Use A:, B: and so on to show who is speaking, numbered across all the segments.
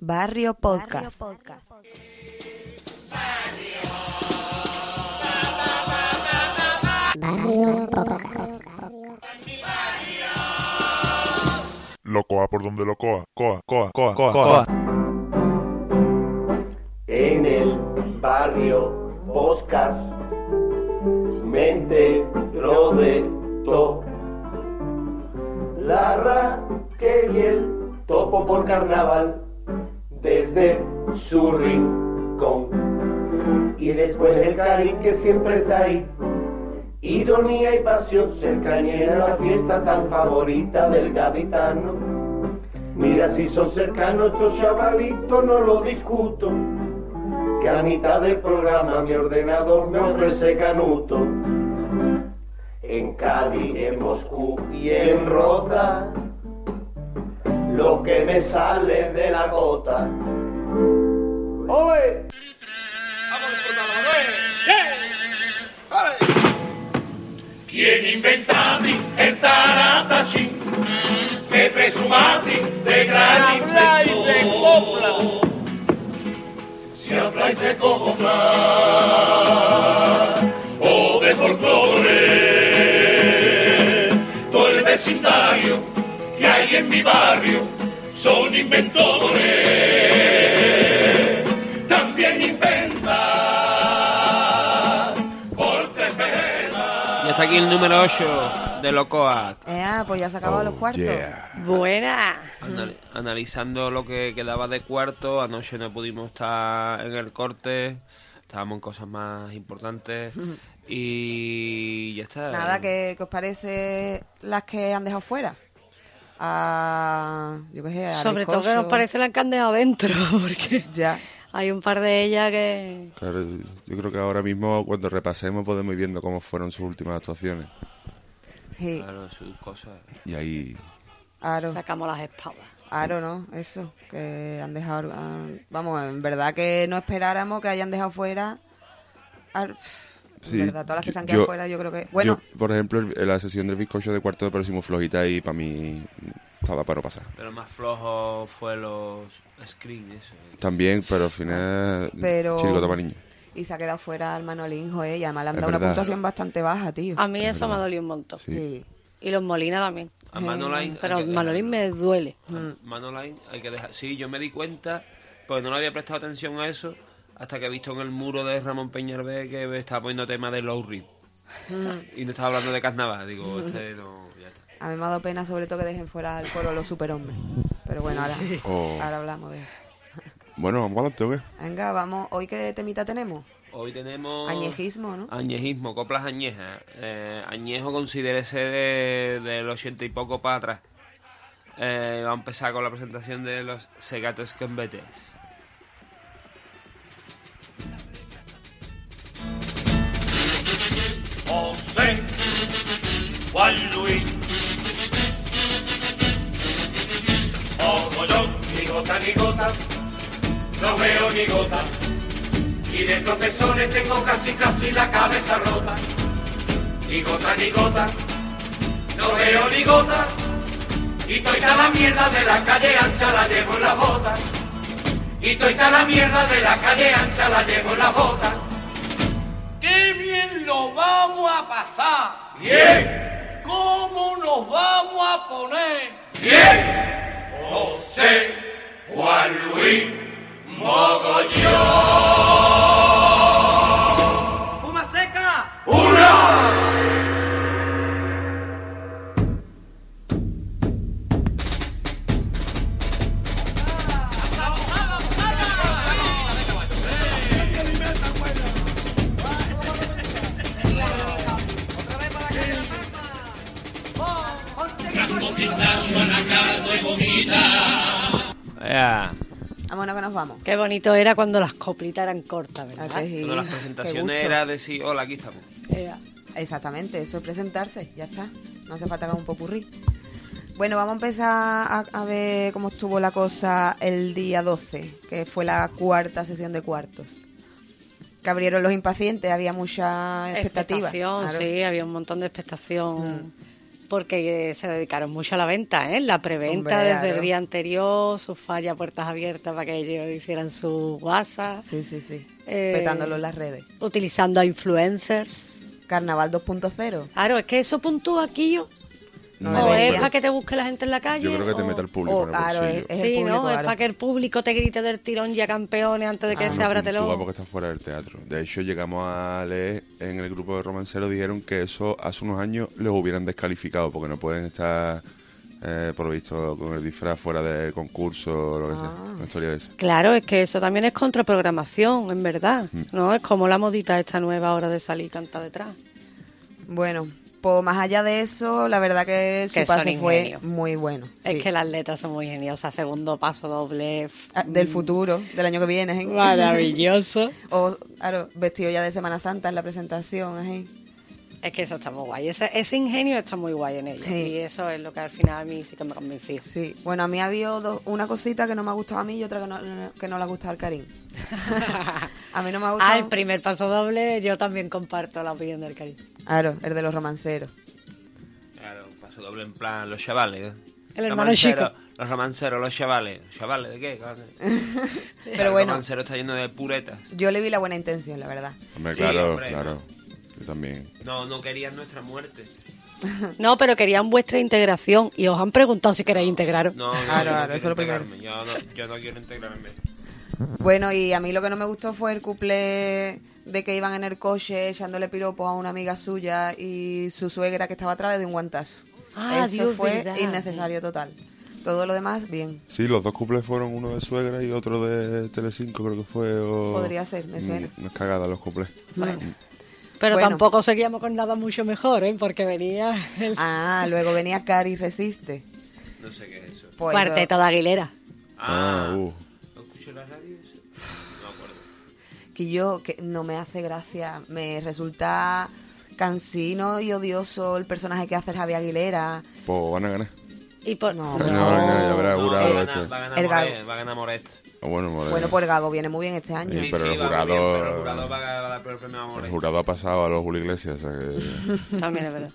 A: Barrio Podcast.
B: Locoa por donde locoa. Coa, coa, coa, coa, coa.
C: en el barrio Boscas, mente rodeto, la Raquel y el topo por carnaval, desde su rincón, y después el cari que siempre está ahí, ironía y pasión, cercanía era la fiesta tan favorita del gaditano. Mira si son cercanos estos chavalitos, no lo discuto que a mitad del programa mi ordenador me ofrece canuto. En Cádiz, en Moscú y en Rota, lo que me sale de la gota. ¡Ole!
D: ¿Quién inventati el taratachín? Me presumati de gran inventor. de copla. Si habláis de copla o de folclore, todo el vecindario que hay en mi barrio son inventores. También inventan por tres velas.
E: Y hasta aquí el número 8 de Locoa.
A: Eh, ah, pues ya se
F: Oh,
A: acabaron los cuartos.
B: yeah.
G: Buena.
E: Anal- analizando lo que quedaba de cuarto, anoche no pudimos estar en el corte, estábamos en cosas más importantes y ya está.
A: Nada, que, que os parece las que han dejado fuera? Ah, yo qué sé, a
G: Sobre todo que nos
A: bizcocho.
G: parece la que han dejado adentro, porque
A: Ya.
G: hay un par de ellas que...
F: Claro, yo creo que ahora mismo cuando repasemos podemos ir viendo cómo fueron sus últimas actuaciones.
A: Sí,
E: Claro, sus cosas.
F: Y ahí...
A: aro,
G: Sacamos las espadas.
A: aro, ¿no? Eso, que han dejado... ah, vamos, en verdad que no esperáramos que hayan dejado fuera... ar-
F: Sí,
A: en verdad, todas las que
F: yo-
A: se han quedado
F: yo-
A: fuera, yo creo que... Bueno,
F: Yo, por ejemplo, el- la sesión del bizcocho de cuarto me pareció muy flojita y para mí estaba para no pasar.
E: Pero más flojo fue los screen, eso.
F: También, pero al final...
A: Pero-
F: Chico, toma niño.
A: y se ha quedado fuera al Manolín, joder, y además le han
F: Es
A: dado una
F: verdad.
A: puntuación bastante baja, tío.
G: A mí eso me ha dolido un montón.
F: Sí.
A: Sí.
G: Y los Molina también.
E: A Manolín.
G: Pero
E: hay que
G: Manolín me duele.
A: Mm.
E: dejar- Manolín hay que dejar. Sí, yo me di cuenta, pues no le había prestado atención a eso hasta que he visto en el muro de Ramón Peñalvé que estaba poniendo tema de Lowry.
A: Mm.
E: y no estaba hablando de carnaval. Digo, este no. Ya está.
A: A mí me ha dado pena sobre todo que dejen fuera al coro los superhombres. Pero bueno, ahora,
F: Oh.
A: ahora hablamos de eso.
F: Bueno, vamos adelante, ¿o qué?
A: Venga, vamos. ¿Hoy qué temita tenemos?
E: Hoy tenemos.
A: Añejismo,
E: Ah.
A: ¿no?
E: Añejismo, coplas añejas. Eh, añejo considérese de, del ochenta y poco para atrás. Eh, va a empezar con la presentación de los Segatos Cambetes.
D: José, Juan Luis, Mogollón, ni gota ni gota, no veo ni gota, y de profesores tengo casi casi la cabeza rota, ni gota ni gota, no veo ni gota, y toda la mierda de la calle ancha la llevo en la bota, y toda la mierda de la calle ancha la llevo en la bota. ¡Qué bien lo vamos a pasar! ¡Bien! ¿Cómo nos vamos a poner? ¡Bien! José, Juan Luis, Mogollón. ¡Puma seca! ¡Una!
E: Ya.
A: Vámonos que nos vamos.
G: Qué bonito era cuando las coplitas eran cortas,
A: Ah,
G: ¿verdad?
A: que sí.
E: Cuando las
A: Qué
E: presentaciones
A: gusto.
E: era decir, hola, aquí estamos.
G: Era.
A: Exactamente, eso es presentarse, ya está. No hace falta que haga un popurrí. Bueno, vamos a empezar a, a ver cómo estuvo la cosa el día 12, que fue la cuarta sesión de cuartos. Que abrieron los impacientes, había mucha expectativa.
G: Expectación,
A: Claro.
G: sí, había un montón de expectación. Porque eh, se dedicaron mucho a la venta, ¿eh? La preventa
A: Hombre,
G: desde
A: claro.
G: el día anterior, sus fallas puertas abiertas para que ellos hicieran sus WhatsApp,
A: Sí, sí, sí.
G: Eh,
A: Petándolo en las redes.
G: utilizando a influencers.
A: Carnaval 2.0.
G: Claro, es que eso puntúa aquí yo.
A: No eh,
G: o
A: debería.
G: es para que te busque la gente en la calle.
F: Yo creo que te
G: o-
F: mete el público
A: o,
F: en el
A: Oh, claro,
F: bolsillo.
A: es- el
G: sí,
A: público,
G: ¿no? Es
A: claro.
G: para que el público te grite del tirón ya campeones antes de que
A: Ah.
G: se abra telón.
F: Puntúa porque está fuera del teatro. De hecho, llegamos a leer en el grupo de romanceros, dijeron que eso hace unos años los hubieran descalificado porque no pueden estar, eh, por lo visto, con el disfraz fuera del concurso o lo que sea. Una historia de esa.
G: Claro, es que eso también es contraprogramación, en verdad.
F: Mm.
G: No es como la modita esta nueva hora de salir y cantar detrás.
A: Bueno, pues más allá de eso, la verdad que su
G: Que son
A: paso fue
G: ingenios.
A: muy bueno. sí.
G: Es que las letras son muy ingeniosas. Segundo paso doble. f- Mm.
A: Ah, Del futuro, del año que viene. ¿eh?
G: Maravilloso.
A: O, claro, vestido ya de Semana Santa en la presentación, ¿eh?
G: es que eso está muy guay. Ese, ese ingenio está muy guay en ellos.
A: Sí.
G: Y eso es lo que al final a mí sí que me convenció.
A: Sí. Bueno, a mí ha habido dos- una cosita que no me ha gustado a mí y otra que no, que no le ha gustado al Karim. a mí no me ha gustado.
G: Ah, el primer paso doble, yo también comparto la opinión del cariño.
A: Claro, el de los romanceros.
E: Claro, paso doble en plan, los chavales. ¿eh?
G: El hermano
E: Romanceros, Los romanceros, los chavales. ¿Chavales de qué?
A: Pero
E: El
A: bueno,
E: romancero está lleno de puretas.
A: yo le vi la buena intención, la verdad.
F: Hombre,
E: Sí,
F: claro,
E: hombre,
F: claro.
E: no.
F: Yo también.
E: No, no querían nuestra muerte.
G: No, pero querían vuestra integración y os han preguntado si queréis integraros.
E: No, no,
A: Claro,
E: yo no
A: claro, eso
E: quiero
A: es lo primero.
E: integrarme. Yo no, yo no quiero integrarme.
A: Bueno, y a mí lo que no me gustó fue el cuplé de que iban en el coche echándole piropos a una amiga suya y su suegra que estaba atrás de un guantazo.
G: Ah,
A: Eso
G: Dios,
A: fue
G: verdad.
A: innecesario total. Todo lo demás, bien.
F: Sí, los dos cuples fueron uno de suegra y otro de Telecinco, creo que fue. o-
A: Podría ser, me suena.
F: Mm, Unas cagadas los Mm. cuples.
G: Pero
A: Bueno.
G: tampoco seguíamos con nada mucho mejor, ¿eh? Porque venía el
A: Ah, luego venía Cari Resiste.
E: No sé qué es eso.
A: Pues eso-
G: cuarteto de Aguilera.
F: Ah, uh.
E: ¿No escucho la radio? eso? No me acuerdo.
A: que yo que no me hace gracia, me resulta cansino y odioso el personaje que hace Javier Aguilera.
F: Pues van a ganar.
G: Y por...
A: No.
F: No, no, ya habrá
E: No,
F: jurado
E: va, a
F: este.
E: ganar, va a ganar
A: El
E: Moret,
A: Gago.
E: va a ganar Moret.
F: Ah, Bueno, madre
A: Bueno,
F: mía.
A: pues el Gago viene muy bien este año.
F: Sí, pero el
E: va muy
F: jurado-
E: bien, pero el jurado va a ganar el premio a
F: El
E: Moret.
F: jurado ha pasado a los Julio Iglesias. o sea que-
G: También es verdad.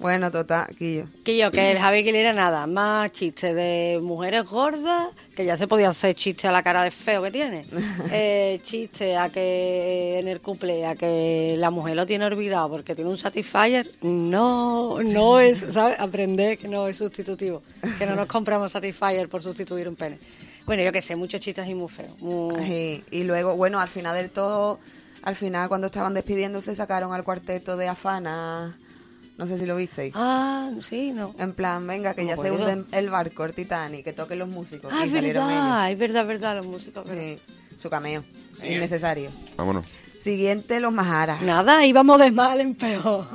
A: Bueno, total, Quillo.
G: Que yo, que el Javi Aguilera nada, más chiste de mujeres gordas, que ya se podía hacer chiste a la cara de feo que tiene. Eh, chiste a que en el cumple, a que la mujer lo tiene olvidado porque tiene un satisfier, no, no es, ¿sabes? Aprender que no es sustitutivo, que no nos compramos satisfier por sustituir un pene. Bueno, yo que sé, muchos chistes y muy feos. muy-
A: Sí, Eh, Y luego, bueno, al final del todo, al final cuando estaban despidiéndose sacaron al cuarteto de Afana. No sé si lo visteis.
G: Ah, sí, no.
A: En plan, venga, que
G: No
A: ya
G: me
A: se
G: acuerdo.
A: hunde el barco, el Titanic, que toquen los músicos.
G: Ah,
A: y
G: es
A: salieron
G: verdad, es verdad, es verdad, los músicos.
A: ellos.
G: ¿verdad?
A: Sí, su cameo. Innecesario.
F: Vámonos.
A: Siguiente, los Majaras.
G: Nada, íbamos de mal en peor.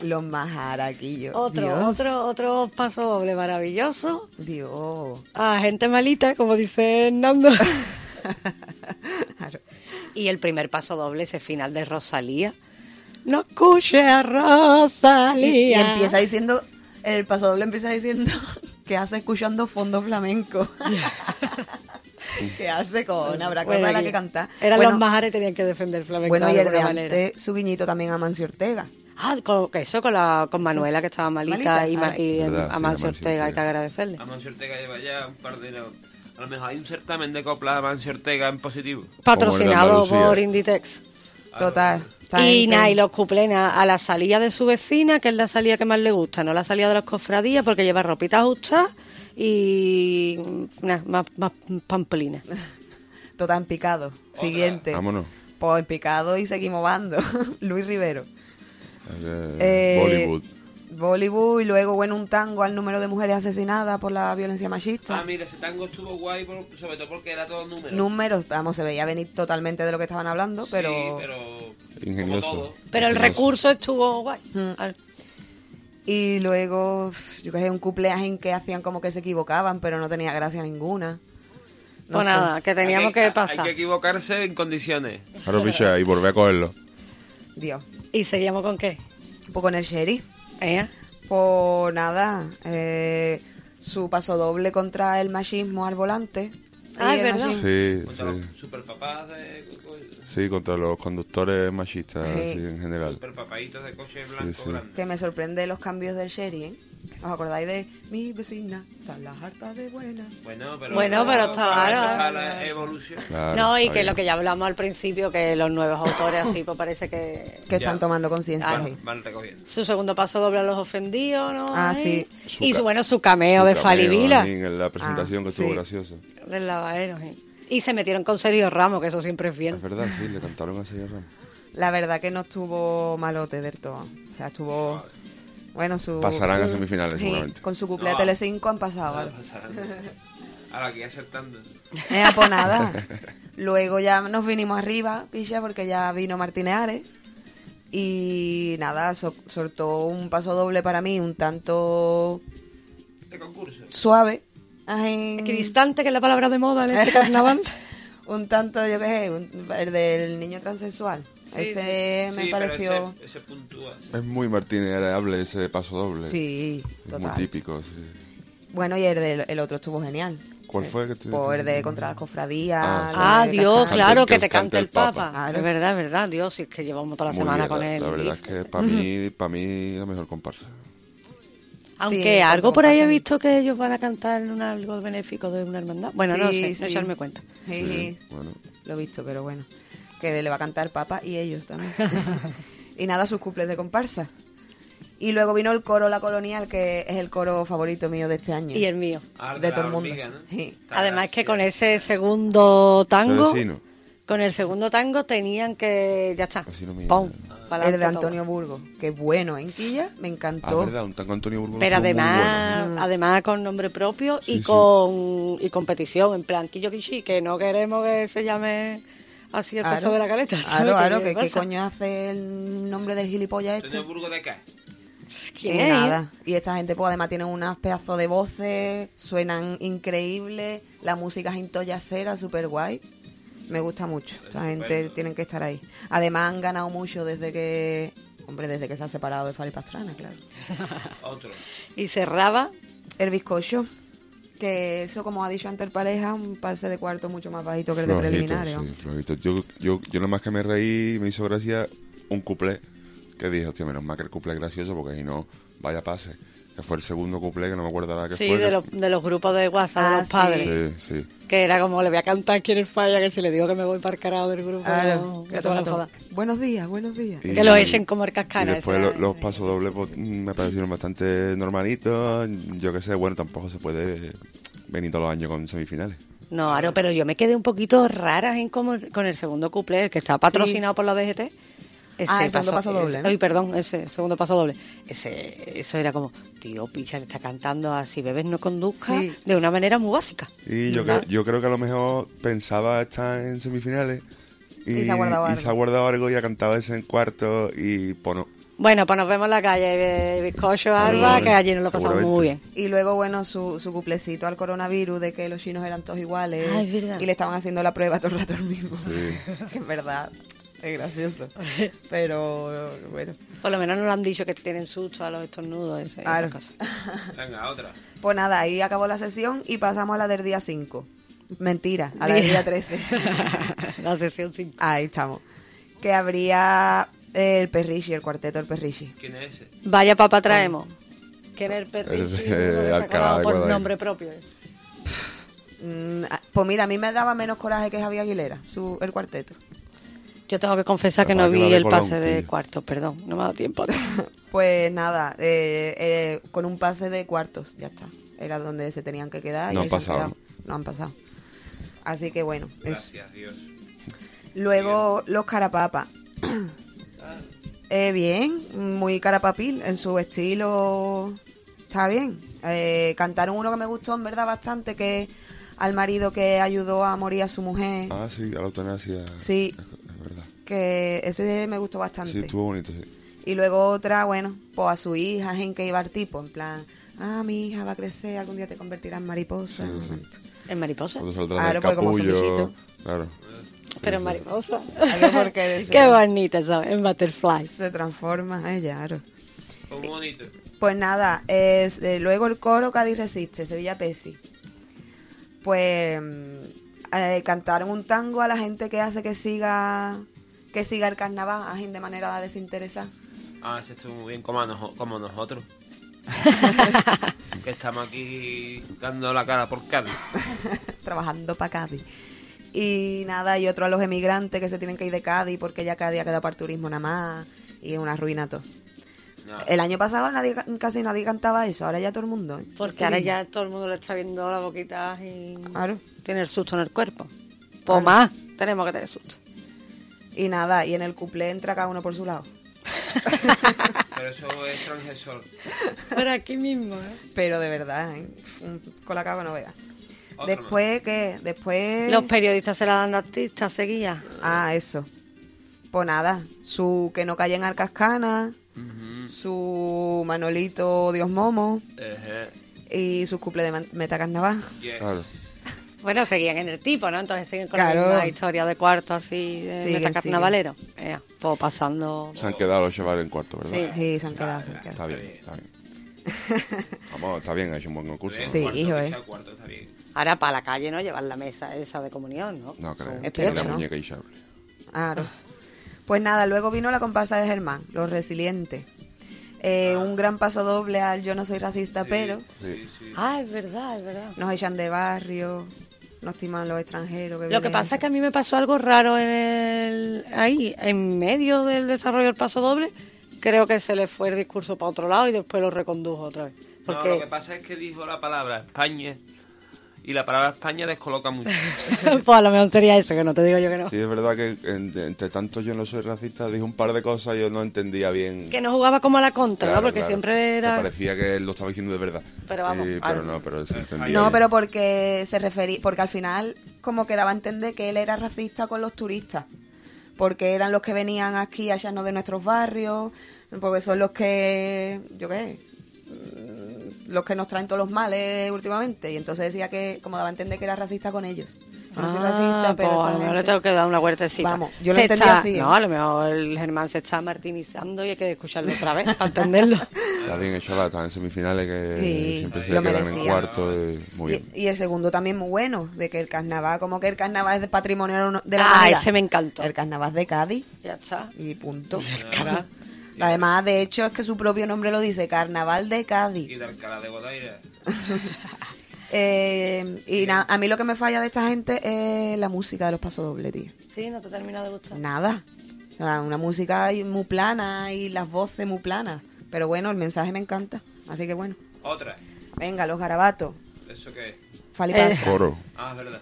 A: Los Majaras, Quillo.
G: Otro,
A: Dios.
G: otro, otro paso doble maravilloso.
A: Dios.
G: A gente malita, como dice Hernando.
A: Claro.
G: y el primer paso doble, ese final de Rosalía. No escuche a Rosalía.
A: Y, y empieza diciendo, el pasodoble empieza diciendo que hace escuchando fondo flamenco. que hace con habrá
G: Bueno,
A: cosa de la
G: aquí
A: que cantar.
G: Eran
A: bueno,
G: los majares tenían que defender el flamenco
A: bueno,
G: de
A: y el de
G: alguna manera.
A: antes, su guiñito también a Mancio Ortega.
G: Ah, con, que eso, con, la, con Manuela, que estaba malita,
A: Malita,
G: y, Ma-
A: ah.
G: y
F: Verdad, sí,
G: a Mancio
F: Amancio
G: Ortega, hay que
F: Ortega.
G: agradecerle.
E: A Mancio Ortega lleva ya un par de... A lo mejor hay un certamen de copla a Mancio Ortega en positivo.
G: Patrocinado
F: Andalucía.
G: por Inditex.
E: Ah,
A: Total. esta
G: Y
A: gente-
G: nada, y los cuplena a la salida de su vecina, que es la salida que más le gusta, no la salida de las cofradías, porque lleva ropita ajustada y nada, más, más pamplina.
A: Total, en picado. Siguiente.
F: Vámonos.
A: Pues en picado y seguimos bando. Luis Rivero.
F: Eh,
A: Eh,
F: Bollywood.
A: Bollywood y luego, bueno, un tango al número de mujeres asesinadas por la violencia machista.
E: Ah, mira, ese tango estuvo guay, por- sobre todo porque era todo números.
A: números, vamos, se veía venir totalmente de lo que estaban hablando,
E: Sí,
A: pero...
E: pero...
F: Ingenioso.
E: como todo.
G: Pero el
F: Ingenioso.
G: recurso estuvo guay.
F: Mm.
G: Al- pues
A: Y luego, pf, yo qué sé, un cumpleaños en que hacían como que se equivocaban, pero no tenía gracia ninguna. No
G: pues
A: sé.
G: nada, que teníamos
E: Hay que-
G: que pasar.
E: Hay que equivocarse en condiciones.
F: Claro, picha, y volver a cogerlo.
A: Dios.
G: ¿Y seguíamos con qué?
A: Pues con el sheriff.
G: ¿Eh?
A: Pues nada, eh, su paso doble contra el machismo al volante.
G: Ah,
A: Y el
G: es verdad.
A: machismo-
F: Sí,
E: Contra
F: sí.
E: los superpapás de...
F: Sí, contra los conductores machistas
A: Sí.
F: sí, en general.
E: Superpapaditos de coches blancos
F: sí.
E: grandes.
A: Que me sorprende los cambios del sheriff. ¿eh? ¿Os acordáis de mi vecina? Están las hartas de buena.
E: Bueno, pero...
G: Bueno, pero está
E: para eso
G: raro,
E: está
G: ¿eh?
E: la evolución.
F: Claro,
G: no, y
F: está
G: que
F: bien.
G: lo que ya hablamos al principio, que los nuevos autores así, pues parece que
A: Que están
E: Ya.
A: tomando conciencia.
E: Van-
A: sí.
E: Van recogiendo.
G: su segundo paso doble a los ofendidos, ¿no?
A: Ah,
G: Ay.
A: sí.
F: Su
G: Y su,
F: ca-
G: bueno, su cameo
F: su
G: de
F: cameo
G: Falivila.
F: ahí En la presentación que
A: Ah,
F: estuvo
A: sí.
F: graciosa.
G: Del lavadero, sí. Y se metieron con Sergio Ramos, que eso siempre es bien.
F: Es verdad, sí, le cantaron a Sergio Ramos.
A: La verdad que no estuvo malote del todo. O sea, estuvo... Bueno, su...
F: Pasarán a semifinales,
A: Sí,
F: seguramente.
A: con su cuplé
E: No.
A: de Tele5 han pasado. ¿vale?
E: Ahora aquí acertando.
A: Eh, pues nada. Luego ya nos vinimos arriba, picha, porque ya vino Martínez Ares. Y nada, so- soltó un paso doble para mí, un tanto
E: De concurso.
A: suave. Ay,
G: Equidistante, que es la palabra de moda en este carnaval.
A: un tanto, yo qué sé, un- el del niño transexual. ese
E: Sí,
A: me
E: pero
A: pareció.
E: Ese, ese puntúa. sí.
F: Es muy Martínez, hable ese paso doble.
A: Sí,
F: Es muy
A: total.
F: típico, sí.
A: Bueno, y el, del, el otro estuvo genial.
F: ¿Cuál fue que te-
A: Por el de contra las cofradías.
F: Ah,
A: el
G: Ah,
A: de
G: Dios,
A: Cascada.
G: claro,
F: que
G: que te cante el Papa.
A: Claro.
G: Es verdad, es verdad, Dios, si es que llevamos toda la
F: Muy
G: semana
F: bien,
G: con
F: la-
G: él.
F: La verdad es que para mí, para mí la mejor comparsa.
G: Aunque
A: Sí,
G: algo
A: tampoco
G: por ahí he
A: pasa ni-
G: visto que ellos van a cantar un algo benéfico de una hermandad. Bueno, no sé, no echarme cuenta.
A: Sí, sí.
F: Bueno,
A: Lo he visto, pero bueno. Que le va a cantar Papa y ellos también. y nada, sus cuples de comparsa. Y luego vino el coro La Colonial, que es el coro favorito mío de este año.
G: Y el mío.
E: Ah,
A: de
E: la
A: todo el mundo.
E: hormiga, ¿no?
A: Sí.
E: Está
G: Además que con
E: gracioso.
G: ese segundo tango,
F: Vecino.
G: con el segundo tango tenían que, ya está,
F: Vecino mío.
G: pum, pa'lante
A: El de
G: todo.
A: Antonio Burgos, que es bueno en Quilla, me
F: ah,
A: encantó.
F: verdad, un tango Antonio Burgos.
G: Pero
F: estuvo muy
G: además, además con nombre propio y
F: Sí, sí.
G: con y competición, en plan, que yo que sí, que no queremos que se llame así el
A: Aro,
G: paso de la caleta. ¿sabes?
A: Aro, aro,
G: ¿Qué
A: que qué
G: pasa?
A: coño hace el nombre del gilipollas
E: Antonio
A: este.
E: Burgo de acá.
G: pues, ¿Quién
A: Y
G: es?
A: nada. Y esta gente, pues además tienen unas pedazos de voces, suenan increíbles, la música es intoyacera, súper guay. Me gusta mucho. Esta gente tienen que estar ahí. Además han ganado mucho desde que. Hombre, desde que se ha separado de Fali Pastrana, claro.
E: Otro.
G: Y cerraba
A: El bizcocho. Que eso, como ha dicho antes el pareja, un pase de cuarto mucho más bajito que el de
F: Flojito,
A: preliminares.
F: sí,
A: vamos.
F: flojito. Yo, yo, yo nada más que me reí, me hizo gracia un cuplé que dije, hostia, menos mal que el cuplé es gracioso porque si no, vaya pase. Que fue el segundo cuplé que no me acuerdo ahora que
G: sí,
F: fue.
G: de,
F: que-
G: los, de los grupos de WhatsApp
A: Ah,
G: de los
A: sí.
G: padres.
F: Sí, sí.
G: Que era como, le voy a cantar quién es falla, que si le digo que me voy para el carajo del grupo,
A: Claro,
G: no,
A: que
G: no se van a
A: todo-
G: enfadar.
A: Buenos días, buenos días.
F: Y-
G: Que lo echen como el cascana,
F: Y después
G: esa-
F: lo- los pasos dobles pues, mm, me parecieron bastante normalitos. Yo qué sé, bueno, tampoco se puede venir todos los años con semifinales.
G: No, Aro, pero yo me quedé un poquito rara en cómo, con el segundo couple, el que está patrocinado por la DGT. Ese
A: Ah, el segundo paso doble,
G: ese-
A: ¿no?
G: Ay, perdón, ese segundo paso doble. Ese, eso era como, tío, picha, le está cantando a Si bebes no conduzca
A: Sí.
G: de una manera muy básica.
F: Y yo, creo- yo creo que a lo mejor pensaba estar en semifinales. Y,
A: Y se ha guardado
F: y
A: algo.
F: se ha guardado algo y ha cantado ese en cuarto y pues no.
G: Bueno, pues nos vemos en la calle, eh, bizcocho, Alba,
F: Seguramente,
G: que allí nos lo pasamos
F: seguramente.
G: muy bien.
A: Y luego, bueno, su, su cuplecito al coronavirus de que los chinos eran todos iguales.
G: Ah, es verdad.
A: Y le estaban haciendo la prueba todo el rato al mismo. que es verdad. Es gracioso. Pero, bueno.
G: Por lo menos nos lo han dicho que tienen susto a los estornudos. Ese,
A: Aro.
G: esas cosas.
E: Venga, otra.
A: Pues nada, ahí acabó la sesión y pasamos a la del día 5. Mentira, a la del día 13.
G: la sesión 5.
A: Ahí estamos. Que habría el Perrichi, el cuarteto del Perrichi.
E: ¿Quién es ese?
G: Vaya papá traemos. ¿Quién es eh, el perrito?
F: El- el Alcalá de
G: por
F: Guadaira.
G: nombre propio.
A: Mm, ah, pues mira, a mí me daba menos coraje que Javier Aguilera, su, el cuarteto.
G: Yo tengo que confesar que
F: Capaz
G: no
F: que la
G: vi
F: de
G: el
F: Colón,
G: pase de
F: tío.
G: cuartos, perdón, no me ha dado tiempo.
A: Pues nada, eh, eh, con un pase de cuartos, ya está. Era donde se tenían que quedar. y
F: No han
A: ahí se
F: pasado,
A: quedado. No han pasado. Así que bueno, eso.
E: Gracias, Dios.
A: Luego los carapapas. Eh, bien, muy carapapil en su estilo. Está bien. Eh, cantaron uno que me gustó en verdad bastante, que al marido que ayudó a morir a su mujer,
F: Ah, sí, a la eutanasia.
A: Sí.
F: Es, es verdad.
A: que ese me gustó bastante.
F: Sí, estuvo bonito, sí.
A: Y luego otra, bueno, pues a su hija, en que iba el tipo, en plan, ah, mi hija va a crecer, algún día te convertirás en mariposa.
F: Sí, sí.
A: no sé esto.
G: En mariposa.
F: Cuando saldrá
A: Claro,
F: del
A: porque como son
F: capullo.
A: bichitos.
F: Claro.
G: Pero en mariposa.
A: Algo porque se-
G: pues, Qué bonita, ¿sabes? En butterfly.
A: Se transforma ella, claro.
E: Fue muy bonito.
A: Pues nada, es, eh, luego el coro Cádiz Resiste, Sevilla Pesi. Pues mm, eh, cantaron un tango a la gente que hace que siga que siga el carnaval, a gente de manera desinteresada.
E: Ah, se estuvo muy bien, como, a nojo- como nosotros. que estamos aquí dando la cara por Cádiz.
A: trabajando para Cádiz. Y nada, y otro a los emigrantes que se tienen que ir de Cádiz porque ya Cádiz ha quedado para el turismo nada más y es una ruina todo.
E: Nada.
A: El año pasado nadie, ca- casi nadie cantaba eso, ahora ya todo el mundo. ¿eh?
G: Porque ahora ya todo el mundo le está viendo la boquita y
A: Claro.
G: tiene el susto en el cuerpo. Pues
A: Claro.
G: más, tenemos que tener susto.
A: Y nada, y en el cuplé entra cada uno por su lado.
E: Pero eso es transgresor.
G: Pero aquí mismo, ¿eh?
A: Pero de verdad, ¿eh? un colacao que no veas.
E: Otro
A: Después, ¿qué? Después...
G: Los periodistas se la dan de artistas, seguía.
A: Ah, eso. Pues nada, su que no cae en Arcascana,
E: Ujú.
A: su Manolito Dios Momo
E: Ejé.
A: y su cuple de Man- Metacarnaval.
E: Yes.
F: Claro.
G: Bueno, seguían en el tipo, ¿no? Entonces siguen con
A: Claro.
G: la misma historia de cuarto así, eh, de
A: Siguen,
G: metacarnavalero. Eh, todo pasando...
F: Se han quedado los chavales en cuarto, ¿verdad?
G: Sí.
A: Sí, Eh, se han quedado. se han quedado.
F: Está bien, está bien. Vamos, está bien, ha hecho un buen concurso. ¿no?
E: Bien,
A: Sí,
E: cuarto,
A: hijo,
E: que
A: eh.
E: sea cuarto, está bien.
G: Ahora para la calle, ¿no? Llevar la mesa esa de comunión, ¿no?
F: No creo.
G: Son
F: Ni
A: piocho,
F: la
A: ¿no?
F: muñeca y sable.
A: Claro. Pues nada, luego vino la comparsa de Germán, Los Resilientes. Eh, Un gran paso doble al Yo no soy racista, pero
F: Ah. Sí.
G: Ah, es verdad, es verdad.
A: nos echan de barrio, nos timan los extranjeros.
G: Lo que
A: vienen.
G: pasa es que a mí me pasó algo raro en el, ahí, en medio del desarrollo del paso doble. Creo que se le fue el discurso para otro lado y después lo recondujo otra vez. Porque
E: No, lo que pasa es que dijo la palabra España y la palabra España descoloca mucho.
G: pues a lo mejor sería eso, que no te digo yo que no.
F: Sí, es verdad que en- entre tanto yo no soy racista, dije un par de cosas yo no entendía bien.
G: Que no jugaba como a la contra,
F: Claro,
G: ¿no? Porque
F: claro.
G: siempre
F: Me
G: era...
F: parecía que él lo estaba diciendo de verdad.
G: Pero vamos,
F: Eh,
G: ahora-
F: pero no, pero se entendía.
A: No,
F: bien.
A: pero porque se refería, porque al final como que daba a entender que él era racista con los turistas, porque eran los que venían aquí a echarnos de nuestros barrios, porque son los que, yo qué, mm, los que nos traen todos los males últimamente, y entonces decía que como daba a entender que era racista con ellos. Yo No soy racista,
G: Ah,
A: pero
G: pues,
A: esta
G: a lo mejor le
A: gente-
G: tengo que dar una huertecita.
A: Vamos, yo lo entendí
G: está-
A: así, ¿eh?
G: No, a lo mejor el Germán se está martinizando y hay que escucharlo otra vez para entenderlo.
F: Está bien hecho, la- están en semifinales que
A: Sí,
F: siempre se
A: lo
F: quedan en
A: merecía.
F: cuarto. y- muy bien.
A: y, y el segundo también muy bueno, de que el carnaval, como que el carnaval es de patrimonio de la
G: Ah,
A: humanidad.
G: ese me encantó.
A: El carnaval es de Cádiz.
G: ya está.
A: Y punto. Además, de hecho, es que su propio nombre lo dice, Carnaval de
E: Y
A: Cádiz.
E: de Alcalá de Guadaira.
A: Eh, y na- a mí lo que me falla de esta gente es la música de los pasodobles, tío.
G: Sí, no te termina de gustar.
A: Nada. O sea, una música ahí muy plana y las voces muy planas. Pero bueno, el mensaje me encanta. Así que bueno.
E: Otra.
A: Venga, los garabatos.
E: ¿Eso qué es? Eh.
A: Falipasta.
F: Coro.
E: Ah, es verdad.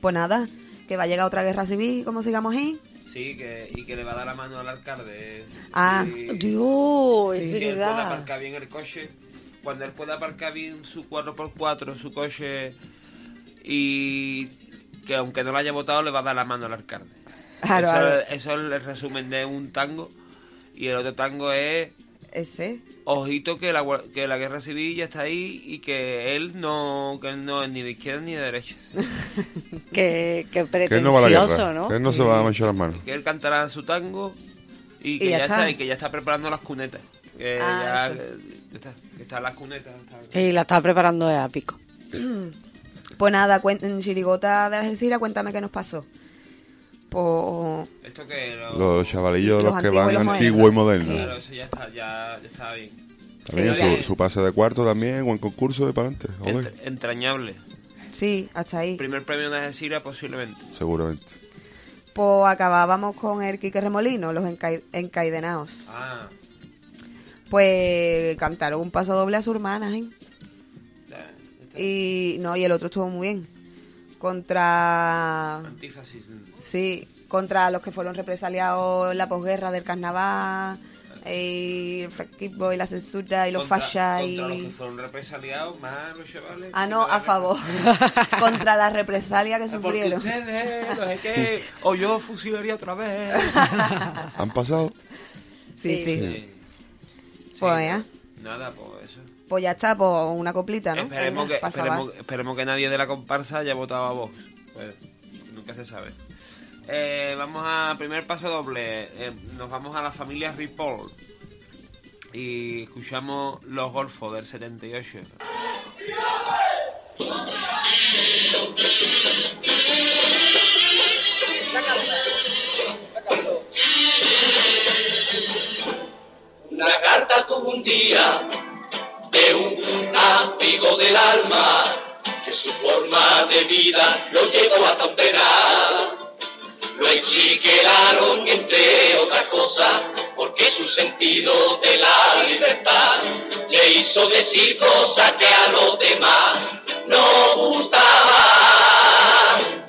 A: Pues nada, que va a llegar otra guerra civil, como sigamos ahí.
E: Sí, que, y que le va a dar la mano al alcalde.
A: Ah,
E: Sí.
G: Dios,
A: Pues
E: Si
G: es
E: él puede
G: verdad.
E: aparcar bien el coche, cuando él pueda aparcar bien su 4x4, su coche, y que aunque no lo haya votado, le va a dar la mano al alcalde.
A: Claro,
E: eso,
A: claro.
E: Es, eso es el resumen de un tango. Y el otro tango es,
A: Ese.
E: ojito que la, guer- que la guerra civil ya está ahí y que él no, que él no es ni de izquierda ni de derecha.
G: Qué, qué
F: Que él no va a la
G: pretencioso,
F: guerra.
G: ¿no?
F: Que él no se va a manchar las manos.
E: Que él cantará su tango y que,
A: Y ya
E: ya,
A: está.
E: está. y que ya está preparando las cunetas. Que
A: Ah,
E: ya,
A: eso. Eh.
E: ya está, que están las cunetas. está-
G: Y la estaba preparando a pico.
A: Pues nada, cuen- en Chirigota de Algeciras, cuéntame qué nos pasó. Pues
E: Esto que lo-
F: Los chavalillos,
A: Los
F: los, que
A: antiguos y
F: van
A: los
F: antiguos y modernos.
E: Claro, eso ya está, ya, ya está bien.
F: También
E: Sí.
F: su, su pase de cuarto también, buen concurso de para adelante. joder,
E: Ent- entrañable.
A: sí, hasta ahí.
E: Primer premio de Algeciras posiblemente.
F: seguramente.
A: Pues acabábamos con el Quique Remolino, los encai- encadenados.
E: Ah,
A: Pues cantaron un paso doble a su hermana, ¿eh?
E: ya, ya está.
A: Y no, y el otro estuvo muy bien. Contra.
E: Antífasis.
A: Sí, contra los que fueron represaliados en la posguerra del carnaval, y el franquismo y la censura y los
E: Contra-
A: fachas
E: Contra los
A: y.
E: que fueron represaliados, más los chavales.
A: Ah, no, a favor. contra la represalia que
E: Porque
A: sufrieron.
E: ustedes, no sé qué, o yo fusilaría otra vez.
F: Han pasado
A: Sí, sí.
E: Sí.
A: Pues, ¿eh?
E: Nada, pues eso.
A: Pues ya está, pues una coplita, ¿no?
E: Esperemos,
A: Venga,
E: que,
A: pa' acabar.
E: esperemos, esperemos que nadie de la comparsa haya votado a Vox. Pues, nunca se sabe. Eh, vamos a primer paso doble. Eh, nos vamos a la familia Ripoll. Y escuchamos los golfos del 78.
D: Una carta tuvo un día de un amigo del alma que su forma de vida lo llevó a tan penal. Lo exigeraron entre otras cosas porque su sentido de la libertad le hizo decir cosas que a los demás no gustaban.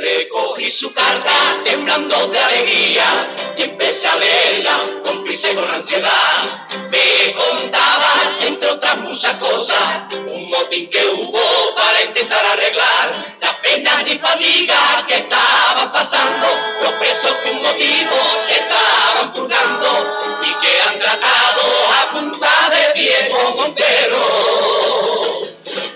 D: Recogí su carta temblando de alegría y empecé a leerla, cómplice con ansiedad. Me contaba, entre otras muchas cosas, un motín que hubo para intentar arreglar las penas y fatiga que estaban pasando, los presos que un motivo estaban purgando y que han tratado a punta de viejo montero.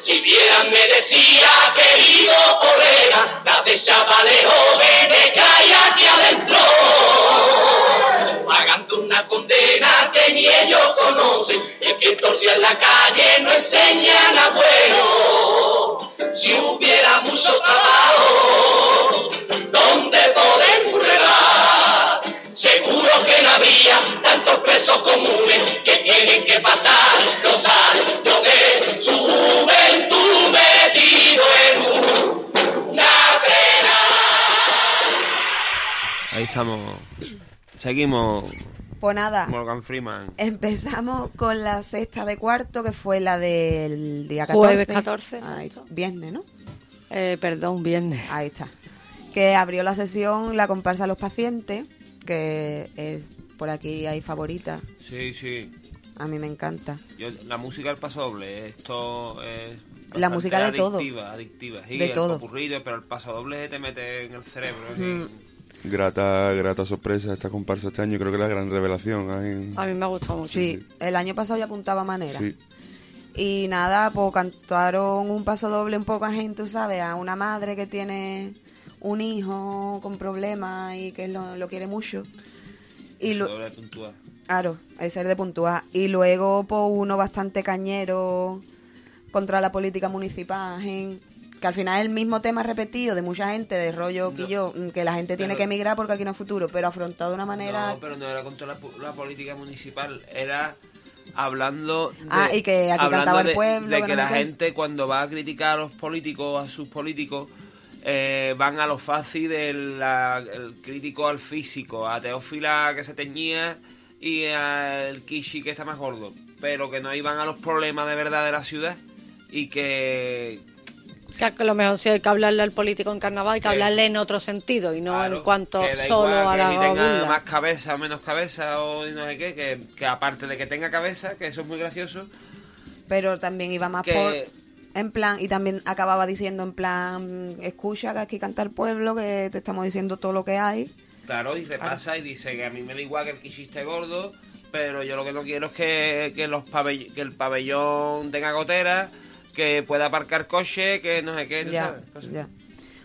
D: Si vieran me decía, querido colega, la de chavales jóvenes que hay aquí adentro. Pagando una condena que ni ellos conocen, y el que torció en la calle no enseñan a bueno. Si hubiera mucho trabajo, ¿dónde poder burlar? Seguro que no habría tantos presos comunes que tienen que pasar los años de su juventud metido en una pena.
E: Ahí estamos. Seguimos.
A: Pues nada,
E: Morgan Freeman.
A: empezamos con la sexta de cuarto, que fue la del día 14.
G: Jueves 14,
A: Ay,
G: exacto.
A: viernes, ¿no?
G: Eh, perdón, viernes.
A: Ahí está. Que abrió la sesión la comparsa a los pacientes, que es por aquí hay favorita.
E: Sí, sí.
A: A mí me encanta.
E: Yo- la música del paso doble, esto es.
A: La
E: bastante
A: música de todo.
E: Adictiva, adictiva. Sí,
A: De
E: el
A: todo.
E: popurrí, pero el paso doble te mete en el cerebro. sí.
F: Grata, grata sorpresa esta comparsa este año. Creo que la gran revelación. ay.
G: A mí me ha gustado mucho.
A: Sí, el año pasado ya apuntaba manera.
F: Sí.
A: Y nada, pues cantaron un paso doble un poco a gente, tú ¿sabes? A una madre que tiene un hijo con problemas y que lo, lo quiere mucho. Y lo,
E: Paso doble puntúa.
A: claro, es ser de puntuar. Y luego, pues uno bastante cañero contra la política municipal, gen- que al final es el mismo tema repetido de mucha gente, de rollo que yo, mm, que la gente tiene
E: Pero-
A: que emigrar porque aquí no hay futuro, pero afrontado de una manera...
E: No, pero no era contra la, pu- la política municipal, era hablando de,
A: Ah, y que aquí
E: hablando
A: cantaba el
E: de-
A: pueblo,
E: de
A: que
E: que,
A: no
E: la
A: sé qué.
E: gente cuando va a criticar a los políticos, a sus políticos, eh, van a lo fácil del la- el crítico al físico, a Teófila que se teñía y al Kishi que está más gordo, pero que no iban a los problemas de verdad de la ciudad y que
G: Que a lo mejor sí hay que hablarle al político en carnaval, hay que
E: Que-
G: hablarle en otro sentido y no en
E: Claro,
G: cuanto
E: que da
G: solo
E: igual
G: a la
E: que si tenga
G: burla.
E: más cabeza o menos cabeza o no sé qué, que, que aparte de que tenga cabeza, que eso es muy gracioso,
A: pero también iba más
E: Que-
A: por en plan y también acababa diciendo en plan escucha que aquí canta el pueblo que te estamos diciendo todo lo que hay
E: claro, y repasa y dice que a mí me da igual que el quisiste gordo, pero yo lo que no quiero es que, que los pabell- que el pabellón tenga gotera, que pueda aparcar coche, que no sé qué, tú
A: ya,
E: sabes, cosas.
A: ya.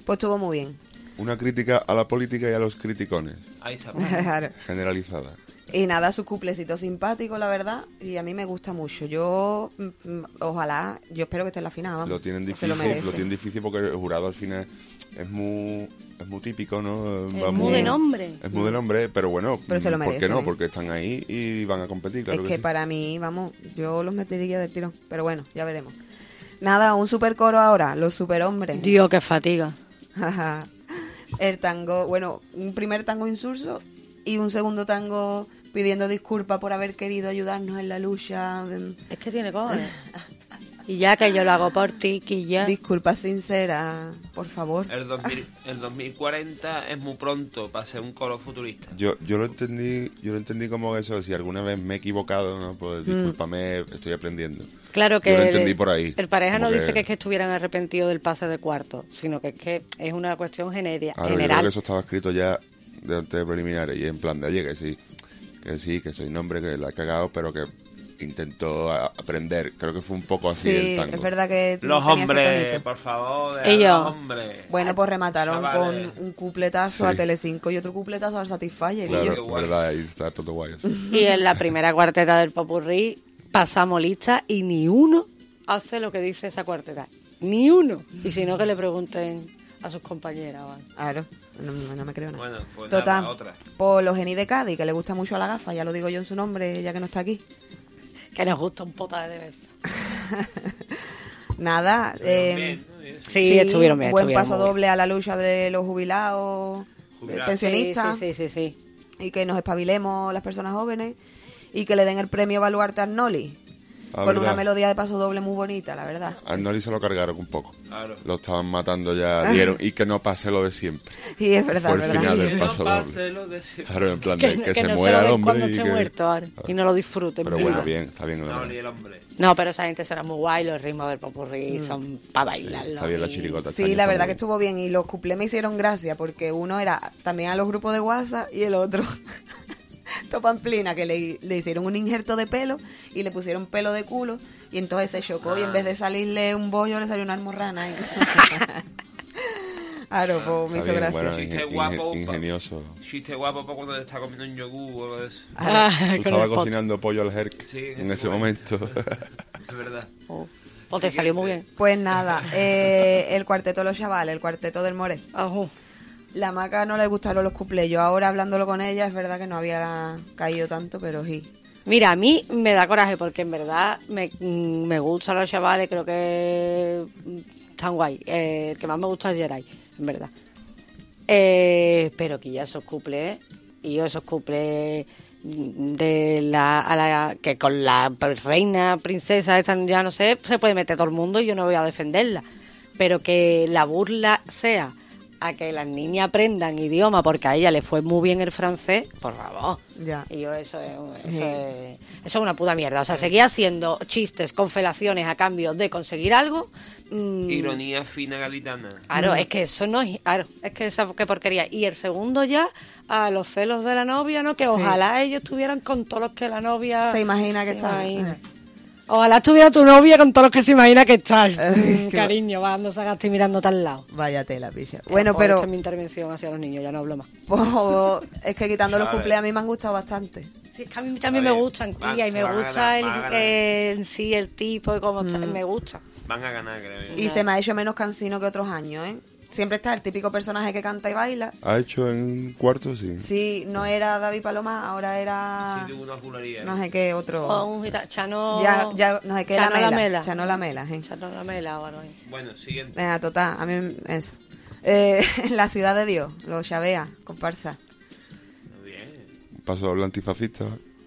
A: pues estuvo muy bien
F: Una crítica a la política y a los criticones.
E: Ahí está.
A: Claro.
F: Generalizada.
A: y nada su cuplecito simpático la verdad y a mí me gusta mucho yo mm, mm, ojalá yo espero que esté en la final vamos.
F: Lo tienen
A: Ah, Se
F: difícil,
A: lo
F: lo,
A: merece.
F: tienen difícil porque el jurado al final es muy es muy típico, ¿no?
G: Es muy de nombre.
F: Es muy de nombre, pero bueno,
A: Pero se lo
F: ¿por
A: merece,
F: qué no?
A: ¿eh?
F: Porque están ahí y van a competir, claro
A: es
F: que,
A: que
F: sí.
A: para mí, vamos, yo los metería de tirón. Pero bueno, ya veremos. Nada, un super coro ahora, los superhombres.
G: Dios, qué fatiga.
A: Ajá. El tango, bueno, un primer tango insurso y un segundo tango pidiendo disculpas por haber querido ayudarnos en la lucha.
G: Es que tiene cojones. y ya que yo lo hago por ti, que ya.
A: Disculpas sinceras, por favor.
E: El, 2000 el 2040 es muy pronto para ser un coro futurista.
F: Yo, yo lo entendí, yo lo entendí como eso, si alguna vez me he equivocado, ¿no? Pues discúlpame, estoy aprendiendo.
G: Mm. Claro que
F: Yo lo
G: el-
F: entendí por ahí.
G: el pareja
F: Como
G: no dice
F: que-
G: que es que estuvieran arrepentidos del pase de cuarto, sino que es que es una cuestión genera-
F: Claro, ah, yo creo
G: general.
F: que eso estaba escrito ya de antes de preliminares y en plan de, oye, que sí, que sí, que soy nombre, que la he cagado, pero que intentó a- aprender. Creo que fue un poco así
A: Sí,
F: el tango.
A: es verdad que
E: Los
A: tenía ese
E: hombres,
A: tonito.
E: por favor.
G: Y
E: Los
G: yo.
E: hombres.
A: Bueno, pues remataron
E: Chavales.
A: con un cupletazo
F: Sí.
A: a Telecinco y otro cupletazo al Satisfyer.
F: Claro,
E: Oye, qué
F: es
E: guay.
F: verdad, ahí está todo guay. eso.
G: Y en la primera cuarteta del Popurrí pasamos lista y ni uno hace lo que dice esa cuarteta. Ni uno. Y si no, que le pregunten a sus compañeras. o algo.
A: Claro, no, no me creo nada.
E: Bueno, pues
A: Total,
E: nada, otra.
A: por los geni de Cádiz, que le gusta mucho a la gafa, ya lo digo yo en su nombre, ya que no está aquí.
G: Que nos gusta un pota de vez.
A: Nada, eh,
E: Bien, ¿no? Bien.
G: Sí, estuvieron bien.
A: Buen
G: estuvieron
A: paso
G: muy bien.
A: doble a la lucha de los jubilados,
E: Jubilados.
A: eh,
G: Sí,
A: pensionistas,
G: Sí, sí, sí, sí.
A: y que nos espabilemos las personas jóvenes y que le den el premio Baluarte a Arnoli.
F: Ah,
A: con
F: verdad.
A: una melodía de paso doble muy bonita, la verdad.
F: A Arnoli se lo cargaron un poco.
E: Claro.
F: Lo estaban matando ya, dieron. Y que no pase lo de siempre.
A: Y es verdad,
F: Fue el
A: verdad.
F: final del
E: Que
F: paso
E: no
F: doble.
E: pase lo de siempre.
F: Claro, en plan de
G: Que,
F: que,
G: que
F: se
G: no
F: muera
G: se lo
F: el
G: den
F: hombre.
G: cuando
F: y
G: esté
F: que-
G: muerto ahora, y no lo disfruten.
F: Pero bueno, bien, está bien. la
E: No,
F: verdad.
E: ni el hombre.
G: No, pero esa gente será muy guay, los ritmos del popurrí son para bailarlo.
F: Está bien la
G: y-
F: chirigota.
A: Sí,
F: Tania,
A: la
F: está
A: verdad
F: muy
A: que
F: bien.
A: estuvo bien y los cuplés me hicieron gracia porque uno era también a los grupos de WhatsApp y el otro Topamplina que le, le hicieron un injerto de pelo y le pusieron pelo de culo y entonces se chocó
F: Ah.
A: y en vez de salirle un bollo le salió una almorrana. Claro, pues me
F: Está
A: hizo
F: bien,
A: gracia.
F: bueno,
E: Chiste
F: inge-
E: guapo.
F: inge- ingenioso.
E: Chiste guapo para cuando te está comiendo un yogur o algo de eso.
G: Ah,
F: Tú
G: con
F: estabas
G: el pot.
F: cocinando pollo al jerk
E: Sí, en
F: en
E: ese
F: ese momento.
E: Es verdad.
G: Oh, pues te salió muy bien.
A: Pues nada, eh, el cuarteto de los chavales, el cuarteto del More.
G: Ajú.
A: La maca no le gustaron los cuplés. Yo ahora hablándolo con ella es verdad que no había caído tanto, pero sí.
G: Mira, a mí me da coraje porque en verdad me, mm, me gustan los chavales, creo que mm, están guay. Eh, el que más me gusta es Jerai, en verdad. Eh, pero que ya esos cuples, y yo esos cuples mm, de la, a la- que con la reina, princesa, esa ya no sé, se puede meter todo el mundo y yo no voy a defenderla. Pero que la burla sea a que las niñas aprendan idioma porque a ella le fue muy bien el francés, por favor.
A: Ya.
G: Y yo eso es, eso, es, eso es una puta mierda. O sea, seguía haciendo chistes con felaciones a cambio de conseguir algo. mm,
E: Ironía fina gaditana.
G: Claro, es que eso no es. Claro, es que esa qué porquería. Y el segundo ya, a los celos de la novia, ¿no? Que ojalá ellos estuvieran con todos los que la novia.
A: Se imagina que está.
G: Ah, imagina. Ojalá estuviera tu novia con todos los que se imagina que estás. Mm,
A: qué
G: Cariño, va dándose a gasto y mirando al lado.
A: Vaya tela, picha. Bueno,
G: Pues
A: pero
G: esta es mi intervención hacia los niños, ya no hablo más.
A: po, es que quitando los
E: Chale.
A: cumpleaños a mí me han gustado bastante.
G: Sí, es que a mí también
E: Está
G: me
E: bien.
G: gustan,
E: Va,
G: tía, y
E: se
G: me
E: van a
G: gusta
E: ganar,
G: el,
E: van a ganar.
G: el- sí, el tipo y cómo está, me gusta.
E: Van a ganar, creo ¿eh? yo.
A: Y se me ha hecho menos cansino que otros años, ¿eh? Siempre está el típico personaje que canta y baila.
F: ¿Ha hecho en un cuarto? Sí.
A: Sí, no era David Paloma, ahora
G: ah,
A: era
E: Sí, tuvo una culería.
A: no sé qué otro.
G: O un gita- Chano.
A: Ya, Oh, ya, no sé qué
G: Chano
A: Lamela.
G: Lamela.
A: Chano Lamela, sí.
G: Chano Lamela, bueno.
E: Bueno, siguiente.
A: Venga, Eh, total, a mí eso. Eh, la ciudad de Dios, los Chavea, comparsa.
E: Bien.
F: Paso doble antifascista.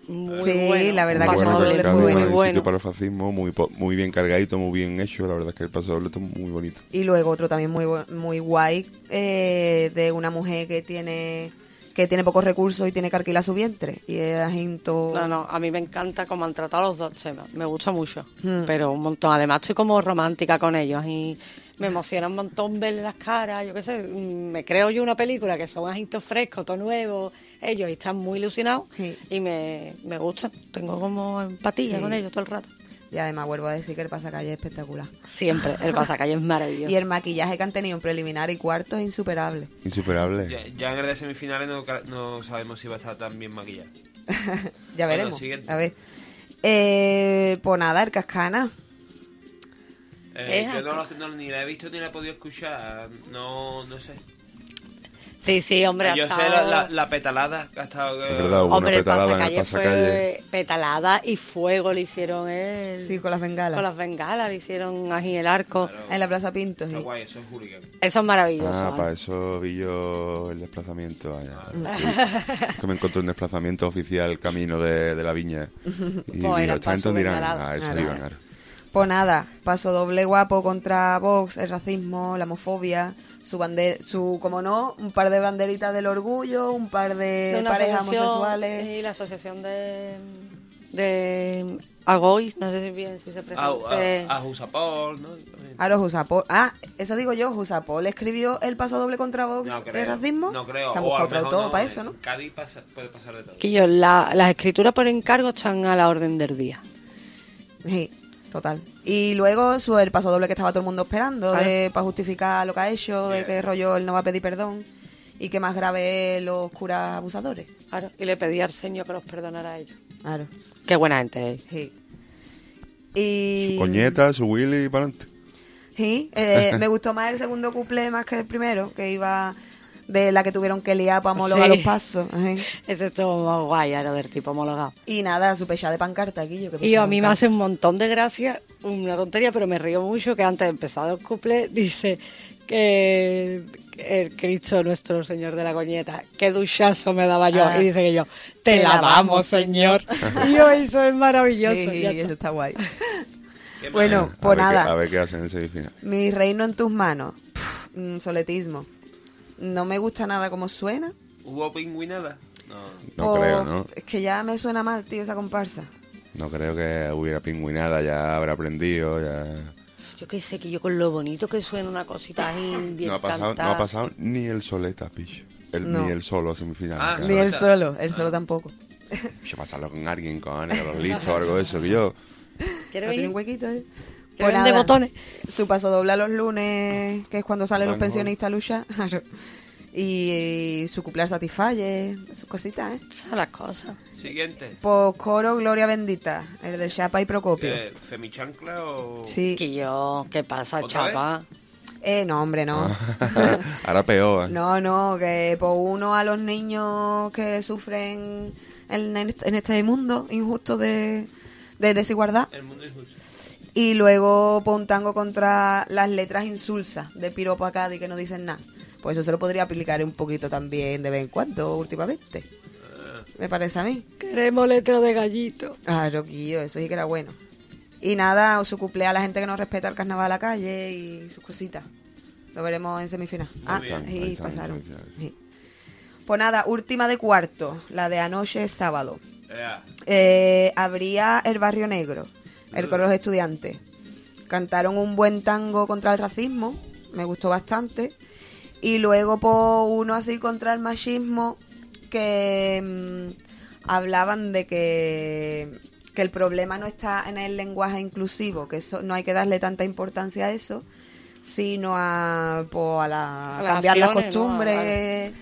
G: Muy
A: Sí,
G: bueno.
A: la verdad
G: Un
A: que
G: paso
A: Paso
F: que
A: doble
G: doble
A: es muy
G: muy
F: Cádiz,
A: bueno.
F: el sitio
G: bueno.
F: para el fascismo, muy, po- muy bien cargadito, muy bien hecho. La verdad es que el paso doble está muy bonito.
A: Y luego otro también muy bu- muy guay eh, de una mujer que tiene que tiene pocos recursos y tiene que alquilar su vientre y es agento
G: No, no, a mí me encanta cómo han tratado los dos temas. Me gusta mucho,
A: Mm.
G: pero un montón. Además, estoy como romántica con ellos y me emociona un montón ver las caras. Yo qué sé, mm, me creo yo una película que son agintos frescos, todo nuevo. Ellos están muy ilusionados
A: Sí.
G: y me, me gustan. Tengo como empatía
A: Sí.
G: con ellos todo el rato.
A: Y además vuelvo a decir que el pasacalle es espectacular.
G: Siempre, el pasacalle es maravilloso.
A: Y el maquillaje que han tenido en preliminar y cuarto es insuperable.
F: Insuperable.
E: Ya, ya en el de semifinales no, ca- no sabemos si va a estar tan bien maquillada.
A: ya
E: Bueno,
A: veremos.
E: siguiente.
A: a ver. Eh, pues nada, el cascana.
E: Eh,
G: Es
E: yo no, lo- no- ni la he visto ni la he podido escuchar. No, no sé.
G: Sí, sí, hombre, ha
E: Ah, yo sé
G: estado-
E: la, la- la petalada que ha estado. eh,
F: Es verdad, hubo
G: Hombre,
F: una
G: el
F: petalada en el
G: pasacalle,
F: pasacalle.
G: fue petalada y fuego le hicieron él.
A: Sí, con las bengalas.
G: Con las bengalas le hicieron ahí el arco.
A: En la Plaza Pinto. sí.
E: Está guay, eso es hooligan.
G: Eso es maravilloso. ¿eh?
F: Ah,
G: ¿vale?
F: para eso vi yo el desplazamiento. vaya. que me encontré un desplazamiento oficial camino de, de la viña. Y
G: Pues era
F: digo,
G: para
F: esta gente dirán,
G: subvengalado.
F: ah, eso
A: Claro.
F: iban a ganar.
A: Pues nada, paso doble guapo contra Vox, el racismo, la homofobia, su bander, su, como no, un par de banderitas del orgullo, un par de,
G: De una eh.
A: parejas
G: asociación-
A: Eh, homosexuales.
G: Y la asociación de. de. Agois, no sé si bien si se Eh, presenta.
E: A,
G: se-
E: a, a Husapol, ¿no?
A: Ahora Jusapol, ah, eso digo yo, Jusapol escribió el paso doble contra Vox,
E: No
A: el
E: creo.
A: racismo.
E: No eh. creo.
A: Se ha
E: O
A: buscado
E: a lo
A: otro
E: mejor
A: autor para eso, ¿no?
E: en Cádiz pasa- puede pasar de todo.
G: Quillo, la- las escrituras por encargo están a la orden del día.
A: Sí, total. Y luego su, el paso doble que estaba todo el mundo esperando,
G: Claro.
A: para justificar lo que ha hecho, de que rollo él no va a pedir perdón y que más grave es los curas abusadores.
G: Claro, y le pedí al Señor que los perdonara a ellos.
A: Claro.
G: Qué buena gente es.
A: Sí. Y.
F: Coñeta, su Willy y para adelante.
A: Sí, eh, me gustó más el segundo cuplé más que el primero, que iba de la que tuvieron que liar para homologar
G: Sí.
A: los pasos. Ajá.
G: Ese estuvo más guay, era del tipo homologado.
A: Y nada, su pechada de pancarta, Guillo. que
G: Y a mí me
A: pancarta.
G: hace un montón de gracia, una tontería, pero me río mucho que antes de empezar el couple dice que el Cristo nuestro Señor de la Coñeta, qué duchazo me daba yo.
A: Ah.
G: Y dice que yo, te,
A: Te lavamos,
G: lavamos, Señor. y yo, eso es maravilloso.
A: Sí,
G: ya
A: eso
G: está.
A: está guay.
E: Qué
A: Bueno,
F: Eh, A
A: pues
F: ver qué- a
A: nada.
F: ver qué hacen en el semifinal.
A: Mi reino en tus manos. Pff, mm, soletismo. No me gusta nada como suena.
E: ¿Hubo pingüinada? No.
F: No
A: o-
F: creo, ¿no?
A: Es que ya me suena mal, tío, esa comparsa.
F: No creo que hubiera pingüinada, ya habrá aprendido, ya...
G: Yo qué sé, que yo con lo bonito que suena una cosita india.
F: No ha, pasado, no ha pasado ni el soleta, picho. El-
A: No.
F: Ni el solo a semifinal.
E: Ah,
F: claro.
A: Ni el solo, el solo tampoco.
F: Picho, pasarlo con alguien, con los listos o algo de eso. Que yo,
G: ¿Quieres
A: No tiene
G: venir?
A: un huequito, ¿eh?
G: Que vende botones.
A: Su paso dobla los lunes, que es cuando salen los
F: Mango.
A: pensionistas a luchar. Claro. Y, su cuplar satisfalle, sus cositas, ¿eh?
G: Esas son las cosas.
E: Siguiente.
A: Pues coro Gloria Bendita, el de Chapa y Procopio.
E: Eh, oh. ¿Femichancla o...?
A: Sí.
G: Que yo, ¿qué pasa,
E: ¿Otra
G: chapa?
A: Eh, no, hombre, no.
F: Ah. ahora peor. ¿eh?
A: No, no, que por uno a los niños que sufren en, en este- en este mundo injusto de, de desigualdad.
E: El mundo injusto.
A: Y luego por un tango contra las letras insulsas de piropo acá de que no dicen nada. Pues eso se lo podría aplicar un poquito también de vez en cuando últimamente.
F: Ah.
A: Me parece a mí.
G: Queremos letra de gallito.
A: Ah, Roquillo, eso sí que era bueno. Y nada, su cumple a la gente que no respeta el carnaval a la calle y sus cositas. Lo veremos en semifinal. Ah,
F: bien.
A: sí,
F: Ahí están, ahí
A: pasaron.
F: están, ahí
A: Sí. Pues nada, última de cuarto, la de anoche es sábado.
E: Ea.
A: Eh, habría el Barrio Negro, el
G: Mm.
A: coro de los estudiantes. Cantaron un buen tango contra el racismo, me gustó bastante. Y luego por uno así contra el machismo, que mm, hablaban de que, que el problema no está en el lenguaje inclusivo, que eso no hay que darle tanta importancia a eso, sino a, po, a la-
G: A las
A: cambiar las
G: acciones, ¿no?
A: costumbres.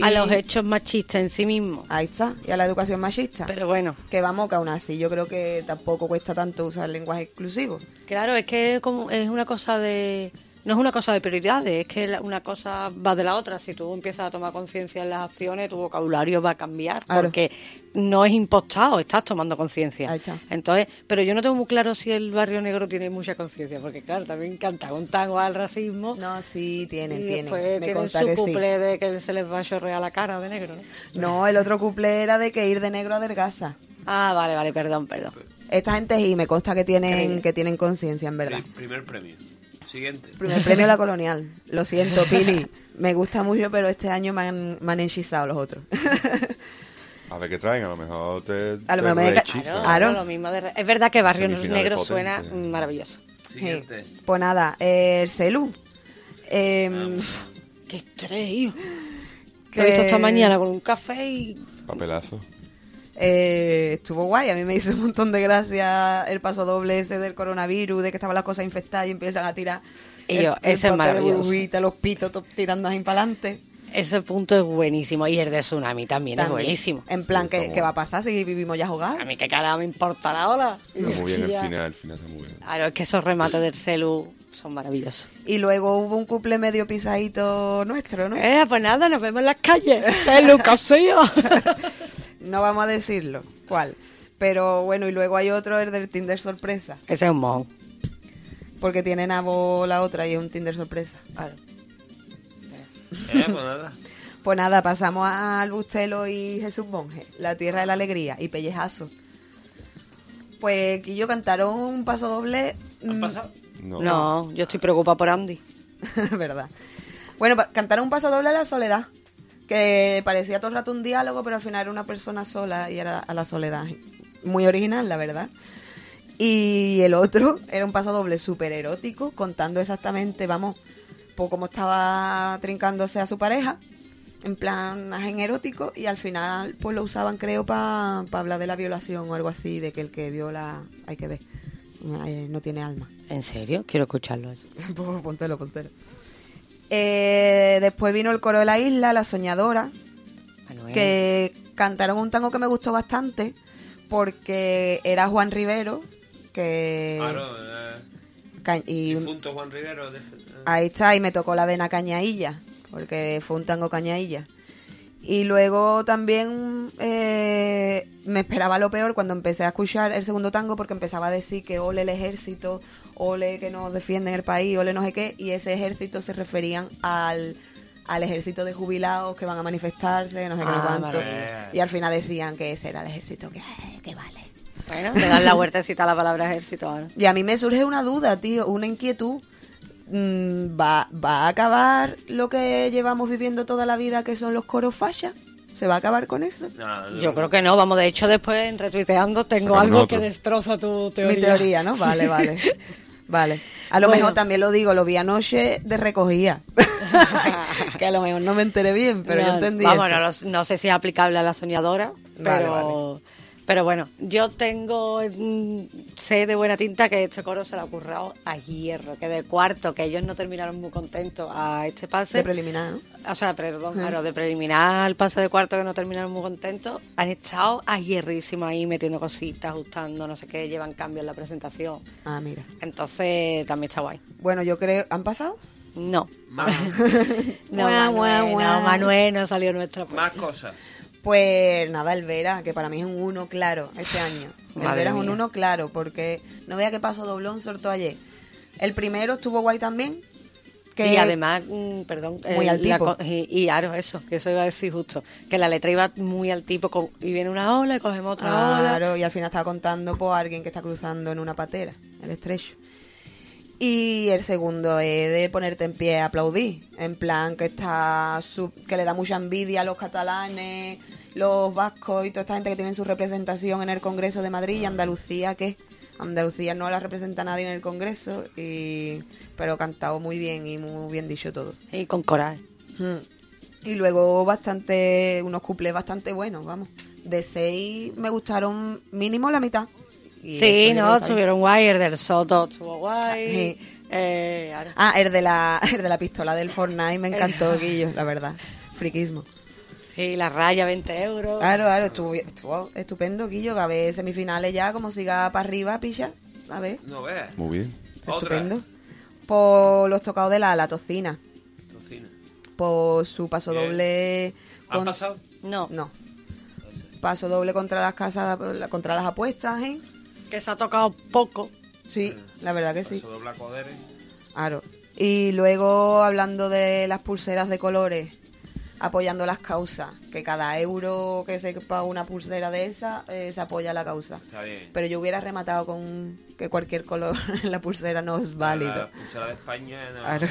G: A
A: y-
G: los hechos machistas en sí mismos.
A: Ahí está, y a la educación machista.
G: Pero bueno.
A: Que vamos, que aún así yo creo que tampoco cuesta tanto usar lenguaje exclusivo.
G: Claro, es que como es una cosa de... No es una cosa de prioridades, es que la- una cosa va de la otra. Si tú empiezas a tomar conciencia en las acciones, tu vocabulario va a cambiar,
A: Claro.
G: porque no es impostado, estás tomando conciencia.
A: Ahí está.
G: Entonces, pero yo no tengo muy claro si el barrio negro tiene mucha conciencia, porque claro, también canta un tango al racismo
A: No, pues, sí, tienen,
G: y
A: tienen.
G: después
A: Me
G: tienen
A: consta
G: su
A: que sí.
G: cuplé de que se les va a chorrear la cara de negro, ¿no?
A: No, el otro cuplé era de que ir de negro adelgaza.
G: Ah, vale, vale, perdón, perdón.
A: Esta gente sí, me consta que tienen, que tienen conciencia, en verdad.
E: Pri- primer premio. Siguiente.
A: Primer premio a la colonial. Lo siento, Pili. Me gusta mucho, pero este año me han, me han enchizado los otros.
F: A ver qué traen, a lo mejor te.
A: A lo
F: te
A: mejor me-
F: rechiflan.
G: Claro,
A: Claro.
G: lo mismo de- es verdad que Barrio
F: Semifinales
G: Negro
F: potentes.
G: suena maravilloso.
E: Siguiente.
A: Sí. Pues nada, el Celu. Em,
G: ¡Qué estrés, hijo!
A: que-
G: Lo he visto esta mañana con un café y
F: Papelazo.
A: Eh, estuvo guay, a mí me hizo un montón de gracia el paso doble ese del coronavirus, de que estaban las cosas infectadas y empiezan a tirar.
G: Y
A: el-
G: yo,
A: el
G: ese es
A: papel de
G: maravilloso.
A: burbujita, los pitos to- tirando ahí para adelante.
G: ese punto es buenísimo. Y el de tsunami también, es buenísimo.
A: En plan,
F: Sí,
A: que
F: está
A: ¿qué
F: guay.
A: va a pasar si vivimos ya
G: A
A: jugar?
G: mí qué cara me importa la ola.
F: Está muy bien el
G: Ya.
F: final, el final está muy bien.
G: Claro, es que esos remates del celu son maravillosos.
A: Y luego hubo un cumple medio pisadito nuestro, ¿no?
G: Eh, pues nada, nos vemos en las calles. ¡Celu, cosío!
A: No vamos a decirlo cuál. Pero bueno, y luego hay otro, el del Tinder sorpresa,
G: Ese es un mojón.
A: porque tiene Nabo la otra y es un Tinder sorpresa.
G: Claro.
E: Eh, pues nada.
A: Pues nada, pasamos a Bustelo y Jesús Monge, la tierra de la alegría y pellejazo. Pues Quillo cantaron un paso doble,
E: ¿Han
A: mm,
E: pasado?
F: No.
G: No, yo estoy preocupada por Andy.
A: ¿verdad? Bueno, pa- cantaron un paso doble a la soledad, que parecía todo el rato un diálogo, pero al final era una persona sola y era a la soledad. Muy original, la verdad. Y el otro era un paso doble súper erótico, contando exactamente, vamos, por cómo estaba trincándose a su pareja, en plan en erótico, y al final pues lo usaban creo para hablar de la violación o algo así, de que el que viola hay que ver. eh, no tiene alma.
G: ¿En serio? Quiero escucharlo.
A: Pues pontelo, pontelo. Eh, después vino el coro de la isla, La Soñadora,
G: Manuel.
A: que cantaron un tango que me gustó bastante porque era Juan Rivero, que...
E: Claro, eh,
A: ca- y un- Ah,
E: difunto Juan Rivero. de- eh,
A: Ahí está, y me tocó la vena cañailla, porque fue un tango cañailla. Y luego también eh, me esperaba lo peor cuando empecé a escuchar el segundo tango, porque empezaba a decir que ole el ejército, ole que nos defienden el país, ole no sé qué, y ese ejército se referían al, al ejército de jubilados que van a manifestarse, no sé qué, no
G: Ah,
A: cuánto.
E: vale.
A: Y al final decían que ese era el ejército que, ay, que vale.
G: Bueno, le dan la vueltecita a la palabra ejército. ahora.
A: Y a mí me surge una duda, tío, una inquietud. Mm, ¿Va, ¿Va a acabar lo que llevamos viviendo toda la vida, que son los coros falla? ¿Se va a acabar con eso?
E: no,
G: Yo creo que no, vamos, de hecho después en retuiteando tengo
F: Sacamos
G: algo
F: otro.
G: que destroza tu teoría.
A: Mi teoría, ¿no? Vale, vale. Vale. A lo
G: Bueno.
A: mejor también lo digo, lo vi anoche de recogida. que a lo mejor no me enteré bien, pero
G: No,
A: yo entendí
G: Vamos,
A: eso.
G: no, los- no sé si es aplicable a la soñadora,
A: Vale,
G: pero, pero bueno, yo tengo, mm, sé de buena tinta que este coro se lo ha currado a hierro, que de cuarto, que ellos no terminaron muy contentos a este pase.
A: De preliminar, ¿no?
G: O sea, perdón, claro, de preliminar al pase de cuarto que no terminaron muy contentos, han estado aguerrísimos ahí metiendo cositas, ajustando, no sé qué, llevan cambios en la presentación.
A: Ah, mira.
G: Entonces, también está guay.
A: Bueno, yo creo... ¿Han pasado?
G: No.
E: Más,
G: No,
A: Guau, guau,
G: Manuel,
A: guau.
G: no, Manuel no salió nuestra puerta.
E: más cosas.
A: Pues nada, el Vera, que para mí es un uno claro este año. El
G: Madre
A: Vera es un
G: mía.
A: uno claro, porque no vea qué pasó doblón sortó ayer. El primero estuvo guay también. Que
G: Y además, mm, perdón,
A: Muy al
G: la
A: tipo.
G: co- y, y claro, eso, que eso iba a decir justo, que la letra iba muy al tipo, co- y viene una ola y cogemos otra ola.
A: Claro, y al final estaba contando por alguien que está cruzando en una patera, el estrecho. Y el segundo es de ponerte en pie a aplaudir. En plan que está su- que le da mucha envidia a los catalanes, los vascos y toda esta gente que tienen su representación en el Congreso de Madrid y Andalucía que Andalucía no la representa nadie en el Congreso y pero cantado muy bien y muy bien dicho todo.
G: Y con coraje.
A: Mm. Y luego bastante, unos cuples bastante buenos, vamos. De seis me gustaron mínimo la mitad. Y eso
G: sí,
A: yo creo
G: no,
A: que está bien.
G: estuvieron guay, el del Soto estuvo guay.
A: Sí.
G: eh, claro.
A: Ah, el de, la, el de la pistola del Fortnite me encantó, Guillo, la verdad. Friquismo.
G: Y la raya, 20 euros.
A: Claro, claro, estuvo, estuvo estupendo, Guillo, que a ver semifinales ya, como siga para arriba, pilla. A ver,
E: No veas.
F: Muy bien.
E: Otra.
A: estupendo. Por los tocados de la, la tocina,
E: Cocina.
A: por su paso
E: Bien.
A: doble.
E: ¿Han
A: con-
E: pasado?
G: No,
A: No. Paso doble contra las casas, contra las apuestas, ¿eh?
G: que se ha tocado poco.
A: Sí, la verdad que sí.
E: Paso dobla Codere.
A: Claro. Y luego hablando de las pulseras de colores, apoyando las causas, que cada euro que se paga una pulsera de esa eh, se apoya la causa.
E: Está bien.
A: Pero yo hubiera rematado con que cualquier color en la pulsera no es válido.
E: La pulsera de España no,
A: Claro.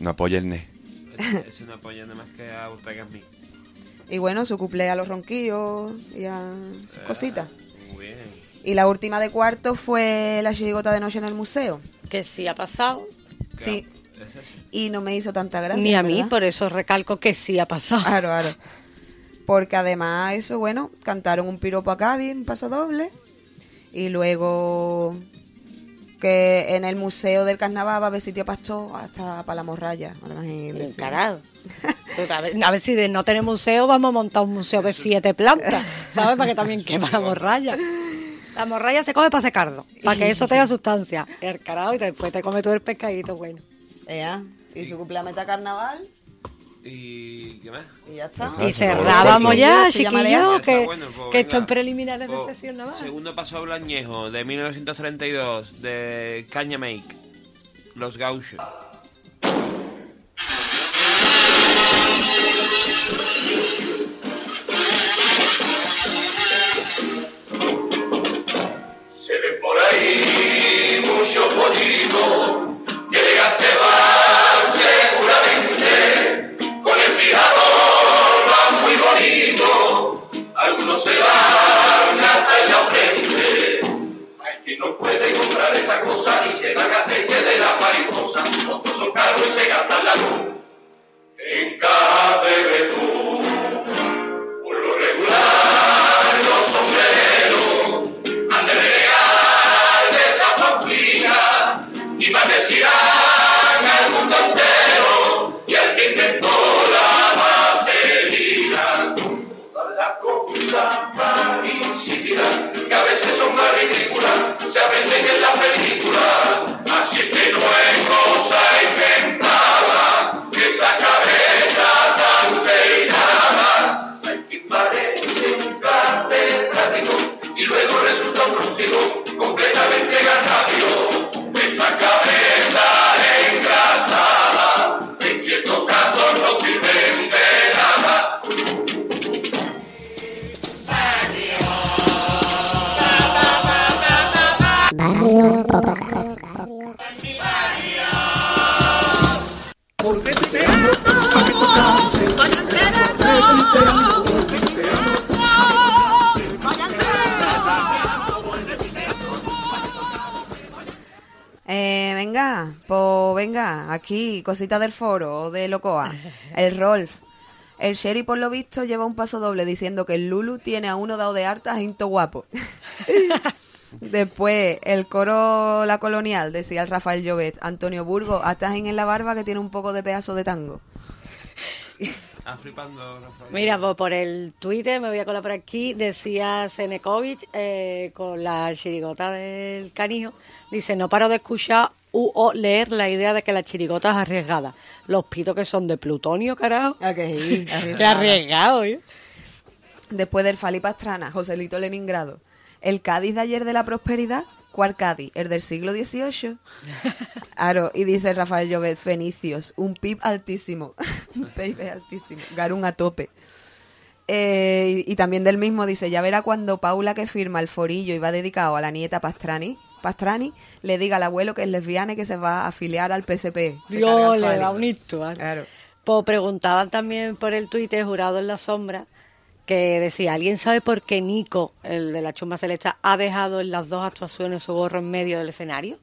F: No apoya el NE.
E: es, es una polla nada más que a Ortega Smith.
A: Y bueno, su cuplé a los ronquillos y a sus
E: Eh,
A: cositas.
E: Muy bien.
A: Y la última de cuarto fue la chirigota de noche en el museo.
G: Que sí ha pasado.
A: Sí.
E: Esa es-
A: Y no me hizo tanta gracia.
G: Ni a mí,
A: ¿verdad?
G: por eso recalco que sí ha pasado.
A: Claro, claro. Porque además eso, bueno, cantaron un piropo a Cádiz, un paso doble. Y luego que en el Museo del Carnaval va a haber sitio pastor hasta para la morralla.
G: Encarado. Tú, A ver, a ver si de no tener museo vamos a montar un museo de siete plantas, ¿sabes? Para que también quema la morralla. La morralla se coge para secarlo, para que eso tenga sustancia. El carajo y después te comes tú el pescadito, bueno.
A: Y su cumpleaños está carnaval
E: ¿Y qué más?
A: y ya está.
F: Ajá.
G: Y
F: Ah, se acabó
G: cerrábamos
A: el
G: ya,
A: paso. Llámale
E: Ya
G: chiquillos,
E: está,
G: que,
E: bueno, pues
G: que
E: venga.
G: esto en preliminares de
E: Pues,
G: sesión nada más.
E: Segundo paso Blañejo de 1932 de Caña Make. Los Gauchos.
C: Se ven por ahí muchos bonitos que llegaste van seguramente con el mirador van muy bonito algunos se van hasta en la frente hay quien no puede comprar esa cosa y se dan aceite de la mariposa no
A: Eh, pues venga, aquí, cosita del foro o de Locoa. El Rolf. El Sherry, por lo visto, lleva un paso doble diciendo que el Lulu tiene a uno dado de harta gente guapo. Después, el coro La Colonial, decía el Rafael Llobet. Antonio Burgo, hasta en la barba que tiene un poco de pedazo de tango.
E: Ah, flipando, Rafael.
G: Mira, pues por el Twitter, me voy a colar por aquí, decía Senekovic eh, con la chirigota del canijo, dice, no paro de escuchar u o leer la idea de que la chirigota es arriesgada. Los pitos que son de plutonio, carajo.
A: Ah, que sí,
G: Qué arriesgado, ¿eh?
A: Después del Fali Pastrana, Joselito Leningrado. El Cádiz de ayer de la prosperidad, ¿cuál Cádiz? El del siglo XVIII. Aro, y dice Rafael Llobet, Fenicios, un PIB altísimo. un PIB altísimo. Garún a tope. Eh, y, y también del mismo dice, ya verá cuando Paula que firma el forillo y va dedicado a la nieta Pastrani, Pastrani le diga al abuelo que es lesbiana y que se va a afiliar al PSP. Se carga
G: Dios,
A: el Ah.
G: le
A: Fali.
G: da un hito. ¿vale?
A: Claro.
G: Pues preguntaban también por el Twitter, jurado en la sombra, que decía, ¿alguien sabe por qué Nico, el de la chumba celeste, ha dejado en las dos actuaciones su gorro en medio del escenario?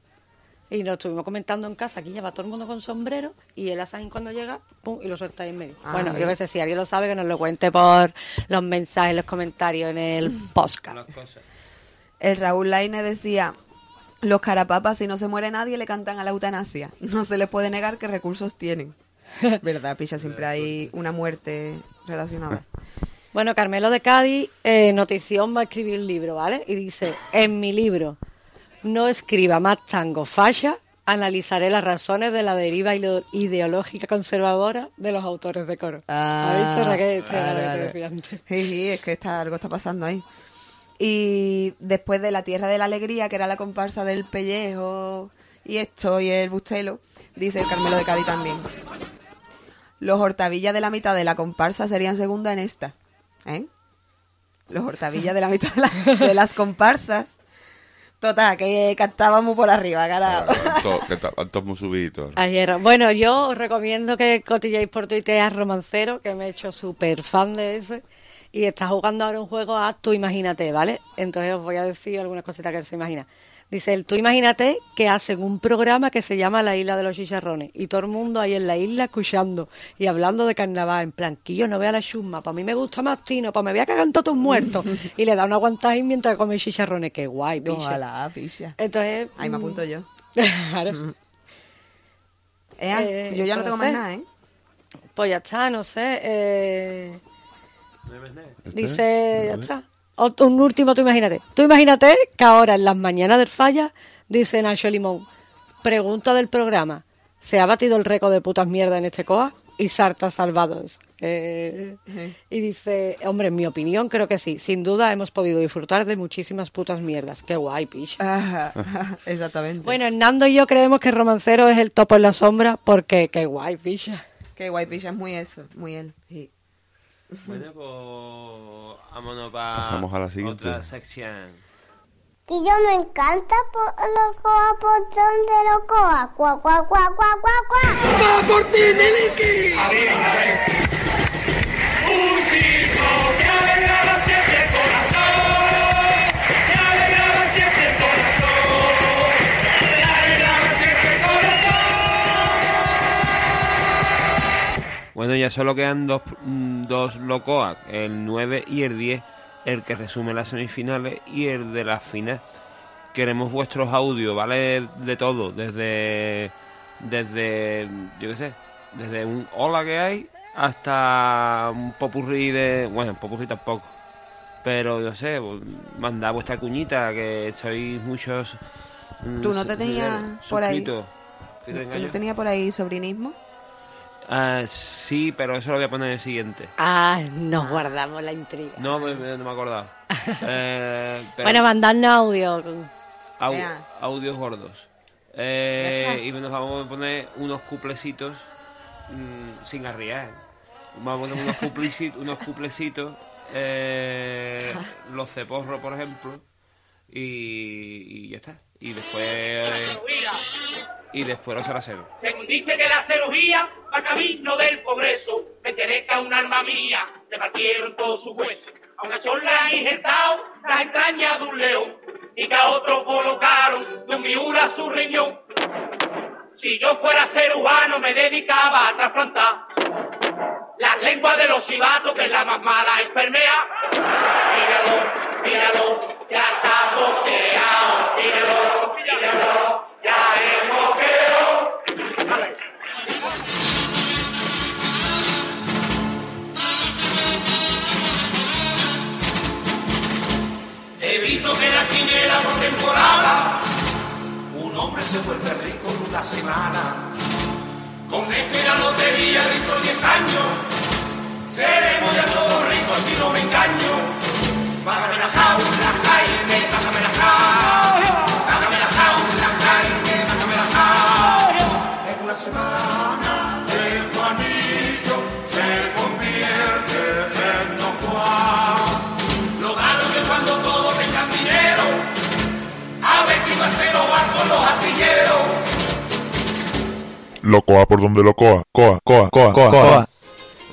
G: Y nos estuvimos comentando en casa, aquí lleva todo el mundo con sombrero y él a Sahin cuando llega, pum, y lo suelta ahí en medio.
A: Ah,
G: bueno, yo
A: bien.
G: qué sé, si alguien lo sabe, que nos lo cuente por los mensajes, los comentarios en el
A: Mm.
G: podcast.
E: Las cosas.
A: El Raúl Laine decía, los carapapas si no se muere nadie le cantan a la eutanasia. No se les puede negar que recursos tienen. ¿Verdad, Picha? Siempre hay una muerte relacionada.
G: Bueno, Carmelo de Cádiz, eh, Notición va a escribir un libro, ¿vale? Y dice, en mi libro, no escriba más tango falla, analizaré las razones de la deriva ilo- ideológica conservadora de los autores de coro. ¿Has visto, Raquel? Este era lo que te decía antes.
A: Ah, Sí, sí, es que está, algo está pasando ahí. Y después de La Tierra de la Alegría, que era la comparsa del pellejo y esto y el bustelo, dice el Carmelo de Cádiz también. Los hortavillas de la mitad de la comparsa serían segunda en esta. ¿Eh? Los hortavillas de la mitad de, la- de las comparsas. Total, que cantábamos por arriba, carajo.
F: Alto- que ta- alto muy subidito.
G: Ayer. Bueno, yo os recomiendo que cotilléis por Twitter a Romancero, que me he hecho súper fan de ese. Y está jugando ahora un juego a Tú Imagínate, ¿vale? Entonces os voy a decir algunas cositas que él se imagina. Dice él, Tú Imagínate que hacen un programa que se llama La Isla de los Chicharrones. Y todo el mundo ahí en la isla escuchando y hablando de carnaval. En plan, que yo no vea la chusma. Para mí me gusta más Tino. Para me voy a cagar en todos tus muertos. y le da una aguantada mientras come chicharrones. Qué guay, picha.
A: Ojalá, picha.
G: Entonces...
A: Ahí me apunto yo.
G: Claro.
A: Ea,
G: Eh,
A: yo ya no tengo más
G: entonces-
A: nada, ¿eh?
G: Pues ya está, no sé. eh,
E: No ves nada.
F: ¿Este?
G: dice, ya está. Ot- un último, tú imagínate. Tú imagínate que ahora en las mañanas del falla, dice Nacho Limón, pregunta del programa, ¿se ha batido el récord de putas mierda en este COA? Y Sarta Salvados. Eh, y dice, hombre, en mi opinión creo que sí. Sin duda hemos podido disfrutar de muchísimas putas mierdas. Qué guay, picha.
A: Ajá, exactamente.
G: Bueno, Hernando y yo creemos que Romancero es el topo en la sombra porque qué guay, picha.
A: Qué guay, picha, es muy eso, muy él. sí.
E: Bueno, pues vámonos para
F: Pasamos a la siguiente.
E: otra sección.
H: Que yo me encanta por los coapotón de los coa. Cuá, cuá, cuá, cuá, cuá, cuá.
C: A ver, a ver. Un chico que alegraba siempre el corazón. Que alegraba siempre el corazón. Que alegraba siempre el corazón.
E: Bueno, ya solo quedan dos, mm, dos locoas, el 9 y el 10, el que resume las semifinales y el de la final. Queremos vuestros audios, ¿vale? De todo, desde, desde, yo qué sé, desde un hola que hay hasta un popurrí de, bueno, popurrí tampoco, pero yo sé, pues, mandad vuestra cuñita, que sois muchos... mm,
A: Tú no te tenías por ahí.
E: suscritos. ¿Qué te
A: ¿Tú
E: engaño?
A: no tenías por ahí sobrinismo?
E: Ah, sí, pero eso lo voy a poner en el siguiente.
G: Ah, nos guardamos la intriga.
E: No, me, me- no me acordaba. Eh, pero-
G: Bueno, mandadnos audio.
E: au-
A: vea.
E: audios gordos. Eh,
A: Ya está.
E: y nos vamos a poner unos cuplecitos mm, sin arriar. Vamos a poner unos, cupleci- unos cuplecitos. eh, los ceporros, por ejemplo. Y, y ya está. Y después. y después los araceros.
C: Según dice que la cirugía va camino del progreso, me interesa un alma mía, le partieron todos sus huesos. A una chola injertado, la extraña de un león, y que a otro colocaron de un miura su riñón. Si yo fuera ser humano me dedicaba a trasplantar las lenguas de los chivatos, que es la más mala enfermea. Míralo, míralo, ya está boqueado. Míralo, míralo, ya es boqueado. He visto que la quimera por temporada un hombre se vuelve rico en una semana. Con ese la lotería dentro de 10 años. Seremos ya todos ricos si no me engaño. Págame la jaula, Jaime, págame la jaula. Págame la jaula, Jaime, págame la jaula. En una semana el Juanillo se convierte en Don Juan. Lo malo que cuando todos tengan dinero, a ver quién va a ser hogar con los astilleros.
D: Lo coa por donde lo coa. Coa, coa, coa, coa. coa.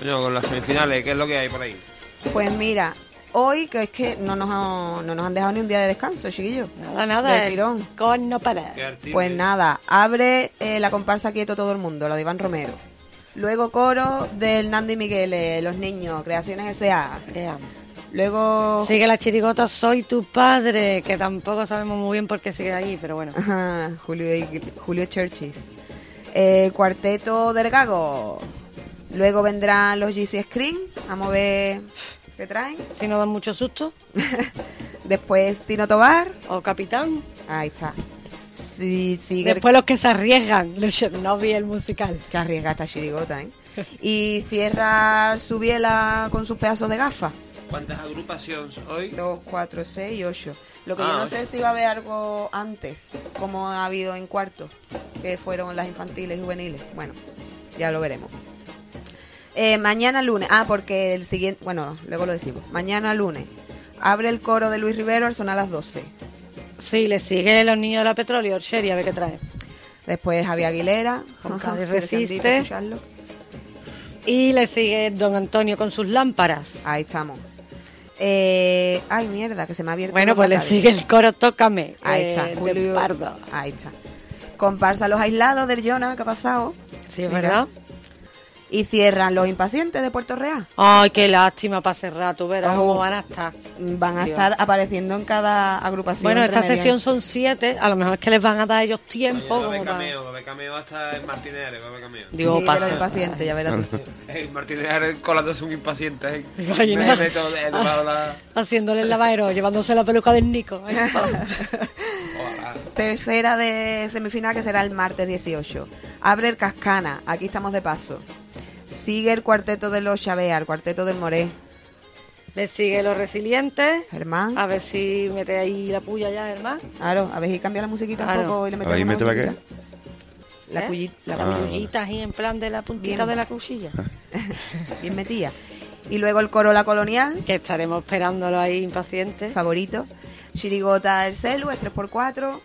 E: Coño, con las semifinales, ¿qué es lo que hay por ahí?
A: Pues mira, hoy que es que no nos, ha- no nos han dejado ni un día de descanso, chiquillos.
G: Nada, nada. eh.
A: Del
G: el
A: tirón.
G: Con no parar.
E: ¿Qué artista?
A: Pues nada, abre eh, la comparsa quieto todo el mundo, la de Iván Romero. Luego coro del Nandi Miguel, eh, Los Niños, Creaciones S.A.
G: Ea.
A: Luego...
G: Sigue la chirigota Soy tu padre, que tampoco sabemos muy bien por qué sigue ahí, pero bueno.
A: Ajá, Julio, Ig- Julio Churchis. Eh, cuarteto del Gago. Luego vendrán los GC Screen. Vamos a ver qué traen.
G: Si no dan mucho susto.
A: Después Tino Tobar.
G: O capitán.
A: Ahí está. Sí, sigue
G: Después los que se arriesgan. Los Chernobyl, el musical.
A: Que arriesga esta chirigota, ¿eh? Y cierra su biela con sus pedazos de gafas.
E: ¿Cuántas agrupaciones hoy?
A: Dos, cuatro, seis y ocho. Lo que
E: Ah,
A: yo no
E: ocho.
A: sé es si va a haber algo antes, como ha habido en cuarto, que fueron las infantiles y juveniles. Bueno, ya lo veremos. Eh, mañana lunes, ah, porque el siguiente, bueno, luego lo decimos. Mañana lunes, abre el coro de Luis Rivero al sonar las 12.
G: Sí, le sigue los niños de la petróleo, Sherry, a ver qué trae.
A: Después Javier Aguilera,
G: Con Cádiz
A: interesantito
G: Resiste.
A: escucharlo.
G: Y le sigue don Antonio con sus lámparas.
A: Ahí estamos. Eh, ay, mierda, que se me ha abierto.
G: Bueno,
A: los
G: pues le
A: locales.
G: sigue el coro Tócame.
A: Ahí
G: eh,
A: está,
G: de
A: Julio.
G: Pardo.
A: Ahí está. Comparsa los aislados del Jonah, que ha pasado.
G: Sí, es
A: Mira.
G: verdad.
A: Y cierran los impacientes de Puerto Real.
G: Ay, qué lástima para cerrar, tú verás
A: Oh.
G: cómo van a estar.
A: Van a
G: Dios.
A: estar apareciendo en cada agrupación.
G: bueno, esta
A: intermedia.
G: sesión son siete, a lo mejor es que les van a dar a ellos
E: Oye,
G: tiempo.
E: va a haber
G: como para-
E: cameo, va a haber cameo hasta el Martínez, Ares, va a haber cameo.
G: Digo,
A: Sí,
G: pasa.
A: pero impaciente, ya verás. tú.
E: El Martínez Ares colándose un impaciente, ¿eh?
G: Imagina.
E: Me meto de- debajo la-
G: Haciéndole el lavadero, llevándose la peluca del Nico. Ay,
E: Ojalá.
A: Tercera de semifinal que será el martes 18. Abre el Cascana, aquí estamos de paso. Sigue el cuarteto de los Chavea, el cuarteto del Moré.
G: Le sigue los resilientes.
A: Germán.
G: A ver si mete ahí la puya ya, Germán.
A: Claro, a ver si cambia la musiquita
G: Claro.
A: un poco y le metemos
F: Ahí
A: una
F: mete la
A: musiquita. La
G: ¿Eh?
A: cuyi- la
F: Ah, vale.
G: Puyita ahí en plan de la puntita
A: Bien. Ah.
G: de la cuchilla.
A: bien metida. Y luego el coro La Colonial,
G: Que estaremos esperándolo ahí impacientes.
A: favorito. Chirigota El Celu, es 3x4.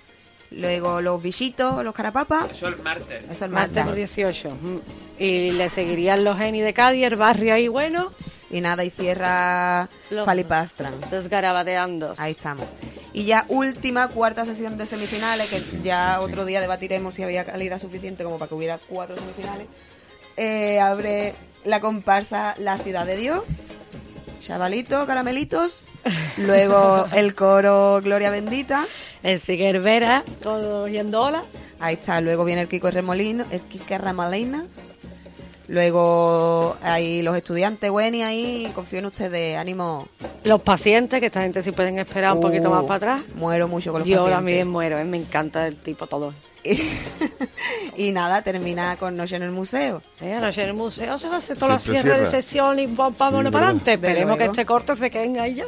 A: Luego los bichitos, los carapapas.
E: Eso el martes.
A: Eso es
G: Martes
A: Marta.
G: 18. Mm. Y le seguirían los Geni de Cádiz, el barrio ahí bueno.
A: Y nada, y cierra
G: Los-
A: Falipastran.
G: Los garabateandos.
A: Ahí estamos. Y ya última, cuarta sesión de semifinales, que ya otro día debatiremos si había calidad suficiente como para que hubiera cuatro semifinales. Eh, abre la comparsa La Ciudad de Dios. Chavalito, caramelitos. Luego el coro Gloria Bendita.
G: El Siguer Vera cogiendo olas.
A: Ahí está, luego viene el Kiko Remolino, el Kika Ramalena. Luego hay los estudiantes, Wenny ahí, confío en ustedes, ánimo.
G: Los pacientes, que esta gente sí pueden esperar un poquito más para atrás.
A: Muero mucho Uh, con los
G: Yo
A: pacientes.
G: también muero, ¿eh? me encanta el tipo todo.
A: y nada, termina con Noche en el Museo.
G: Eh, Anoche en el museo se va a hacer todos los
F: Siempre
G: cierres de
F: cierra.
G: sesión y vamos vámonos para
F: ¿verdad?
G: adelante.
A: Desde
G: Esperemos que
A: luego.
G: este corte se queden ahí ya.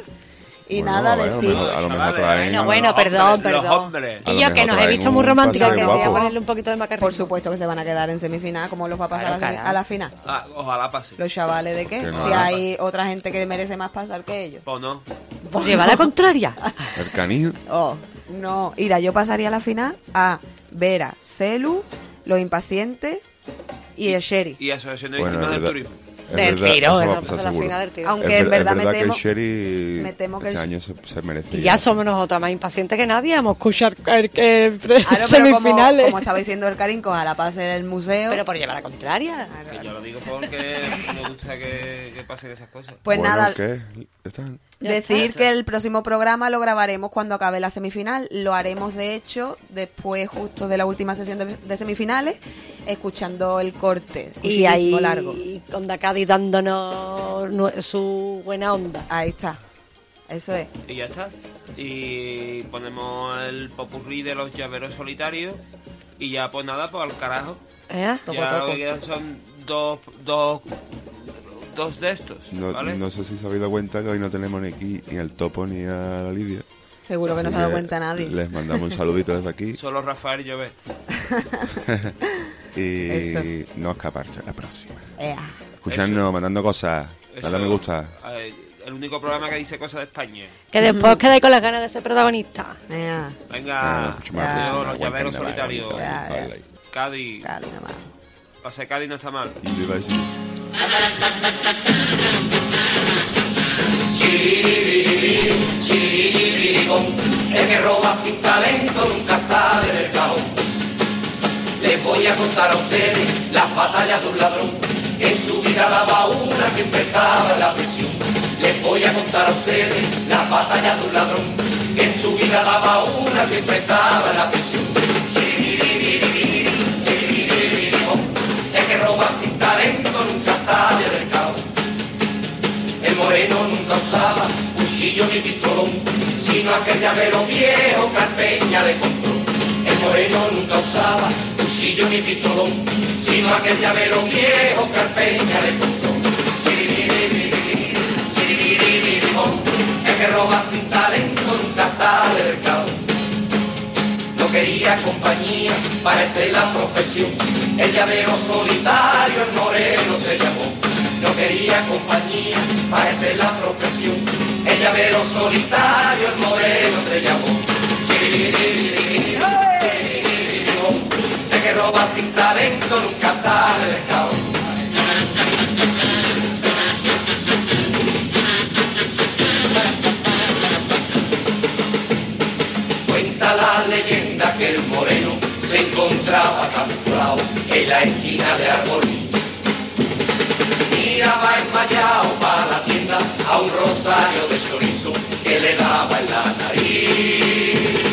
A: Y
F: Bueno,
A: nada,
F: a ver, a lo
A: decir.
F: mejor- a lo
E: Chavales,
F: mejor traen-
G: Bueno, bueno, perdón,
E: Los
G: perdón.
E: hombres.
F: A
G: Y
F: lo
G: yo que
F: mejor
G: nos he
F: traen
G: visto
F: un
G: muy romántica,
F: paseo
G: que voy a
F: guapo.
G: ponerle un poquito de macarrón.
A: Por supuesto que se van a quedar en semifinal, como los va a pasar
G: Claro,
A: a, la semi-
G: claro.
A: a la final.
E: Ah, ojalá pase.
A: Los chavales de qué?
F: Que no.
A: si hay otra gente que merece más pasar que ellos.
E: O no.
G: Por llevar la contraria.
F: El canijo.
A: Oh, no. Mira, yo pasaría a la final a Vera, Celu, Los Impacientes y el Sherry.
E: Y asociaciones
F: Bueno,
E: víctimas
F: es
E: del
F: verdad.
E: turismo.
F: es
G: Del
F: verdad,
G: tirón,
F: eso va a
G: eso
F: pasar
G: pasa la
F: seguro.
G: final del tirón.
A: Aunque
F: Es ver-
A: en verdad
F: es
A: me
F: que el
A: temo-
F: Sherry
A: me temo que
F: este
A: el-
F: año se, se merece.
G: Y ya somos nosotras más impacientes que nadie. Vamos a escuchar el, el, el
A: Claro, Ah, pero como,
G: semifinales.
A: como estaba diciendo el Karim, coja la paz en el museo.
G: Pero por llevar la contraria.
A: Ah,
E: Que yo lo digo porque me gusta que, que pasen esas cosas.
A: pues
F: Bueno,
A: nada,
F: ¿qué? Están-
A: decir que el próximo programa lo grabaremos cuando acabe la semifinal. Lo haremos, de hecho, después justo de la última sesión de, de semifinales, escuchando el corte.
G: Y ahí,
A: cuchillismo largo.
G: Onda Cádiz dándonos nue- su buena onda.
A: Ahí está. Eso es.
E: Y ya está. Y ponemos el popurrí de los llaveros solitarios. Y ya, pues nada, pues al carajo.
G: ¿Eh?
E: ya lo que quedan son dos, dos, dos de estos,
F: No,
E: ¿vale?
F: no sé si se habéis dado cuenta que hoy no tenemos ni aquí ni al Topo ni a la Lidia.
A: Seguro que no se
F: Así
A: ha dado
F: que
A: cuenta nadie.
F: Les mandamos un saludito desde aquí
E: Solo Rafael Llobet.
F: y
A: Eso.
F: no escaparse la próxima.
A: Ea.
F: Escuchadnos, mandando cosas, dale
E: Eso,
F: me gusta.
E: eh, El único programa que dice cosas de España.
G: Que después quedé con las ganas de ser protagonista.
A: Ea.
F: Ah,
E: Venga,
F: mucho más
E: adiós,
F: próxima,
E: los
F: buen
E: llaveros
F: carnaval,
E: solitarios.
F: bonito,
A: Ya, ya.
F: vale.
E: Cádiz.
A: Dale, nada más.
E: Pase Cádiz no está mal.
F: Y yo iba a decir-
C: Chiribiribiri, chiribiribiribón, el que roba sin talento nunca sale del cajón. Les voy a contar a ustedes las batallas de un ladrón, que en su vida daba una, siempre estaba en la prisión. Les voy a contar a ustedes las batallas de un ladrón, que en su vida daba una, siempre estaba en la prisión. Chiribiribiribiri, chiribiribiribón, el que roba sin talento nunca sale del cajón. El moreno nunca usaba cuchillo ni pistolón, sino aquel llavero viejo que al Peña le compró. El moreno nunca usaba cuchillo ni pistolón, sino aquel llavero viejo que al Peña le compró. Chiribiribiribiri, chiribiribiribón, El que roba sin talento nunca sale del caos. No quería compañía, parece la profesión. El llavero solitario, el moreno se llamó. No quería compañía, parece la profesión. El llavero solitario, el moreno se llamó. Chiribiribiribiri, chiribiribiribom. El que roba sin talento nunca sale del caos. Cuenta la leyenda que el moreno se encontraba camuflado en la esquina de Arbolí. Miraba enmayado para la tienda a un rosario de chorizo que le daba en la nariz.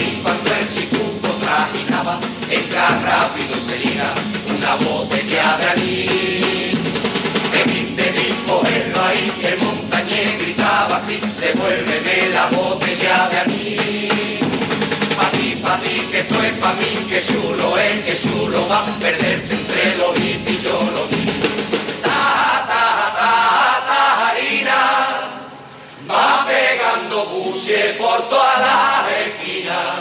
C: Y cuando el chicuco trajinaba, entra rápido y se llena una botella de anís. De mí, de mí, cogerlo ahí, que el montañés gritaba así, devuélveme la botella de anís. Pa' ti, pa' ti, que esto es pa' mí, que chulo es, que chulo va, perderse entre los hippies, yo lo vi. Ta, ta, ta, ta, harina, va pegando buche por todas las esquinas.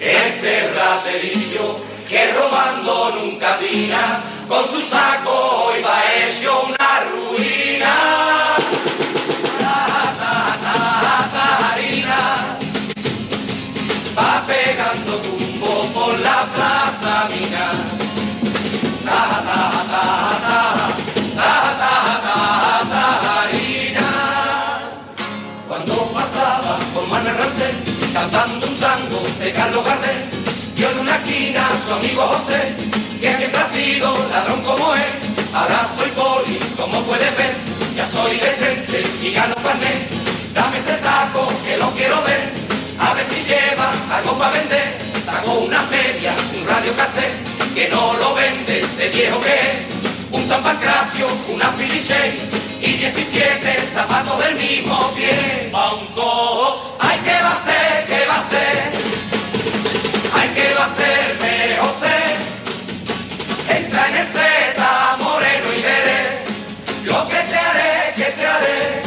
C: Ese raterillo que robando nunca tina, con su saco hoy va hecho una ruina. Ta, ta, ta, ta, harina, va pegando tumbo por la plaza mina. Ta, ta, ta, ta, ta, ta, ta, ta, harina. Cuando pasaba con Manuel Rancel, cantando un tango de Carlos Gardel, vio en una esquina a su amigo José, que siempre ha sido ladrón como él. Ahora soy poli, como puedes ver, ya soy decente y gano carnet. Dame ese saco que lo quiero ver, a ver si lleva algo para vender. Sacó unas medias, un radio cassette, que no lo vende, de viejo que es un San Pancracio, una Filiche y 17 zapatos del mismo pie. Pa' un cojo, ay, ¿qué va a ser? ¿Qué va a ser? Ay, ¿qué va a ser? Me José. Entra en el Z, moreno y veré lo que te haré, que te haré.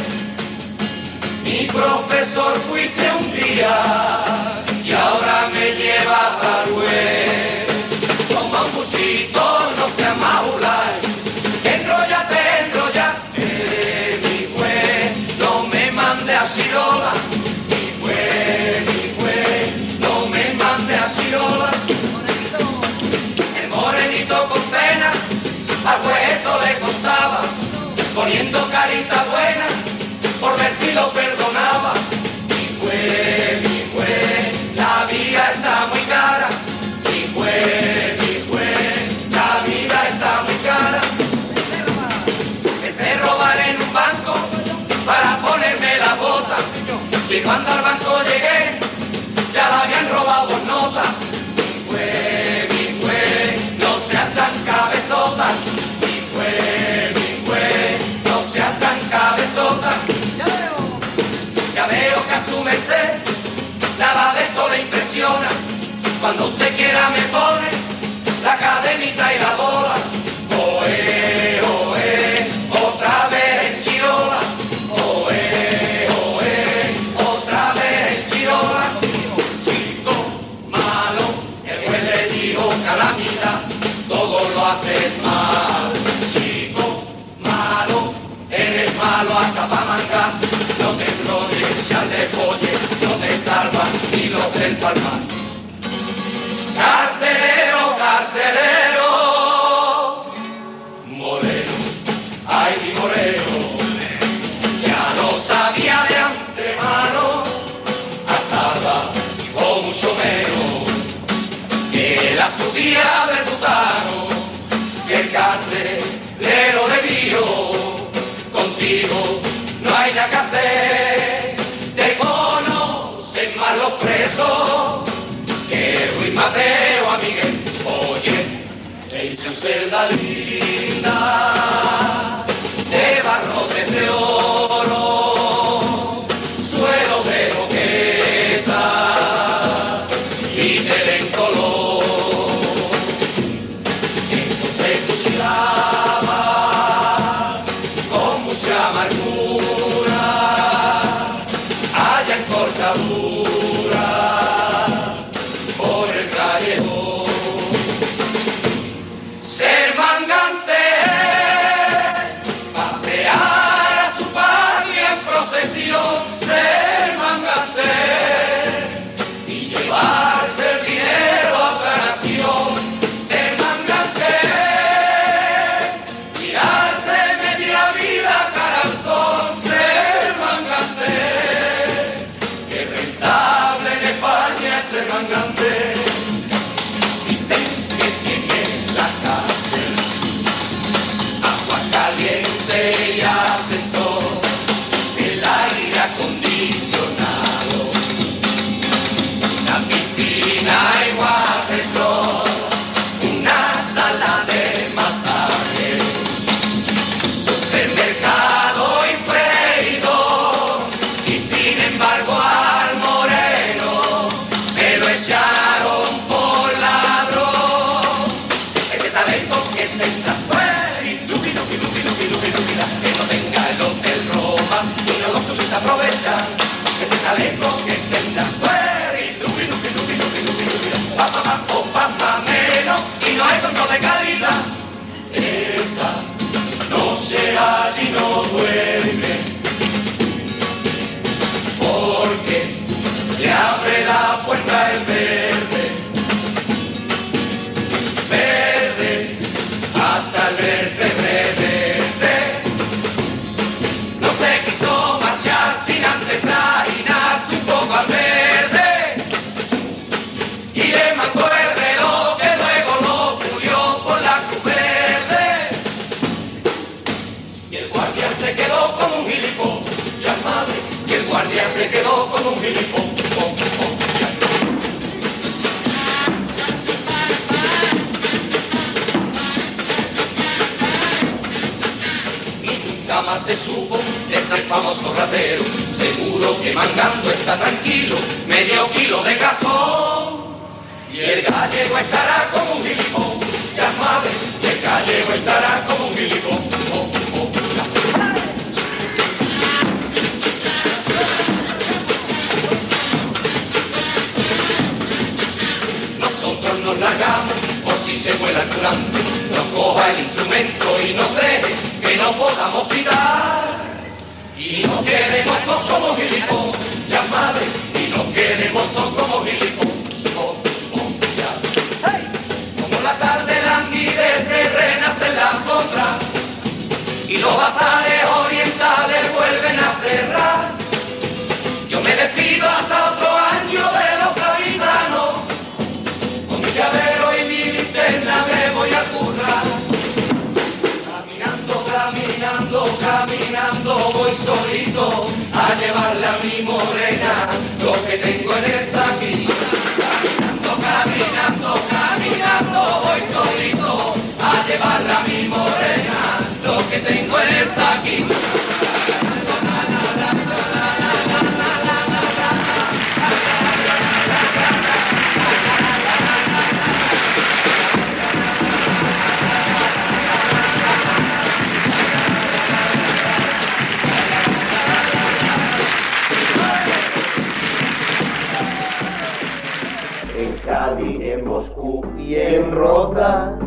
C: Mi profesor fuiste un día y ahora me llevas al web. Toma un cuchito, no seas maulay. Enrollate, enrollate, Eh, mi juez, no me mande a Sirola. Mi juez, mi juez, no me mande a Sirola. El morenito con pena, al juez esto le contaba. y lo perdonaba. Mi jue, mi jue, la vida está muy cara. Mi jue, mi jue, la vida está muy cara. Pensé robar en un banco para ponerme la bota. Y cuando al banco llegué, ya la habían robado en nota. Mi jue, mi jue, no seas tan cabezota. Mi jue, mi jue, no seas tan cabezota. Ya veo que a su merced nada de esto le impresiona. Cuando usted quiera me pone la cadenita y la bola. Oe, oe, otra vez en Chirola. Oe, oe, otra vez en Chirola. Chico malo, el juez le dijo calamidad, todo lo haces mal. Chico malo, eres malo hasta pa' mangar. No te flores, ya le folles, no te salvas ni los del palmar. Carcelero, carcelero, moreno, ay mi moreno, ya lo sabía de antemano, ataba o mucho menos, que la subida del butano, que el carcelero de Dios contigo no hay nada que hacer. Te conocen más los presos que Ruiz Mateo a Miguel. Oye, en tu celda linda de barrotes de oro, suelo de moqueta y tela en color. Entonces tú chilabas con mucha amargura, allá en cortadura, por el callejón. Ser mangante, pasear a su patria en procesión, ser mangante, y llevarse el dinero a otra nación. Ser mangante, Tirarse media vida cara al sol, ser mangante, que rentable en España es ser mangante. Dicen que tiene la cárcel, agua caliente y ascensor, el aire acondicionado, una piscina y waterclub, una sala de masaje supermercado y freidor y sin embargo al moreno me lo echaron por ladrón ese talento que tenga fue y lupi, lupi, lupi, lupi, lupi, lupi, la que no tenga el hotel Roma y no lo suelta aprovecha ese talento que tenga fue y lupi, lupi, lupi, lupi, lupi, lupi, la papa más o papa menos y no hay control de calidad esa noche allí no duerme, porque le abre la puerta el verde, verde hasta el vértebre verde. No se quiso marchar sin antes trainarse un poco al verde y le mandó el reloj que luego lo pulió por la cruz verde. Y el guardia se quedó con un gilipo, ya madre. Y el guardia se quedó con un gilipo. pom, pom, ya. Y nunca más se supo de ese famoso ratero. Seguro que mangando está tranquilo, medio kilo de gasón. Y el gallego estará como un gilipón, ya madre. Y el gallego estará como un gilipón. Oh, oh, ya. Nosotros nos largamos por si se vuela el curante, nos coja el instrumento y nos deje que no podamos gritar. Y nos quedemos todos como gilipollas, ya madre, y nos quedemos todos como gilipollas. Oh, oh, ya. ¡Hey! Como la tarde languidece, renace en la sombra, y los bazares orientales vuelven a cerrar.
I: vengo a llevarle a mi morena lo que tengo en el saquito. Caminando, caminando, caminando, voy solito a llevarle a mi morena lo que tengo en el saquito.
C: en Cádiz, en Moscú y en Rota,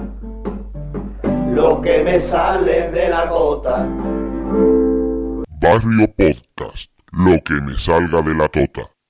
C: lo que me sale de la gota.
J: Barrio Podcast, lo que me salga de la tota.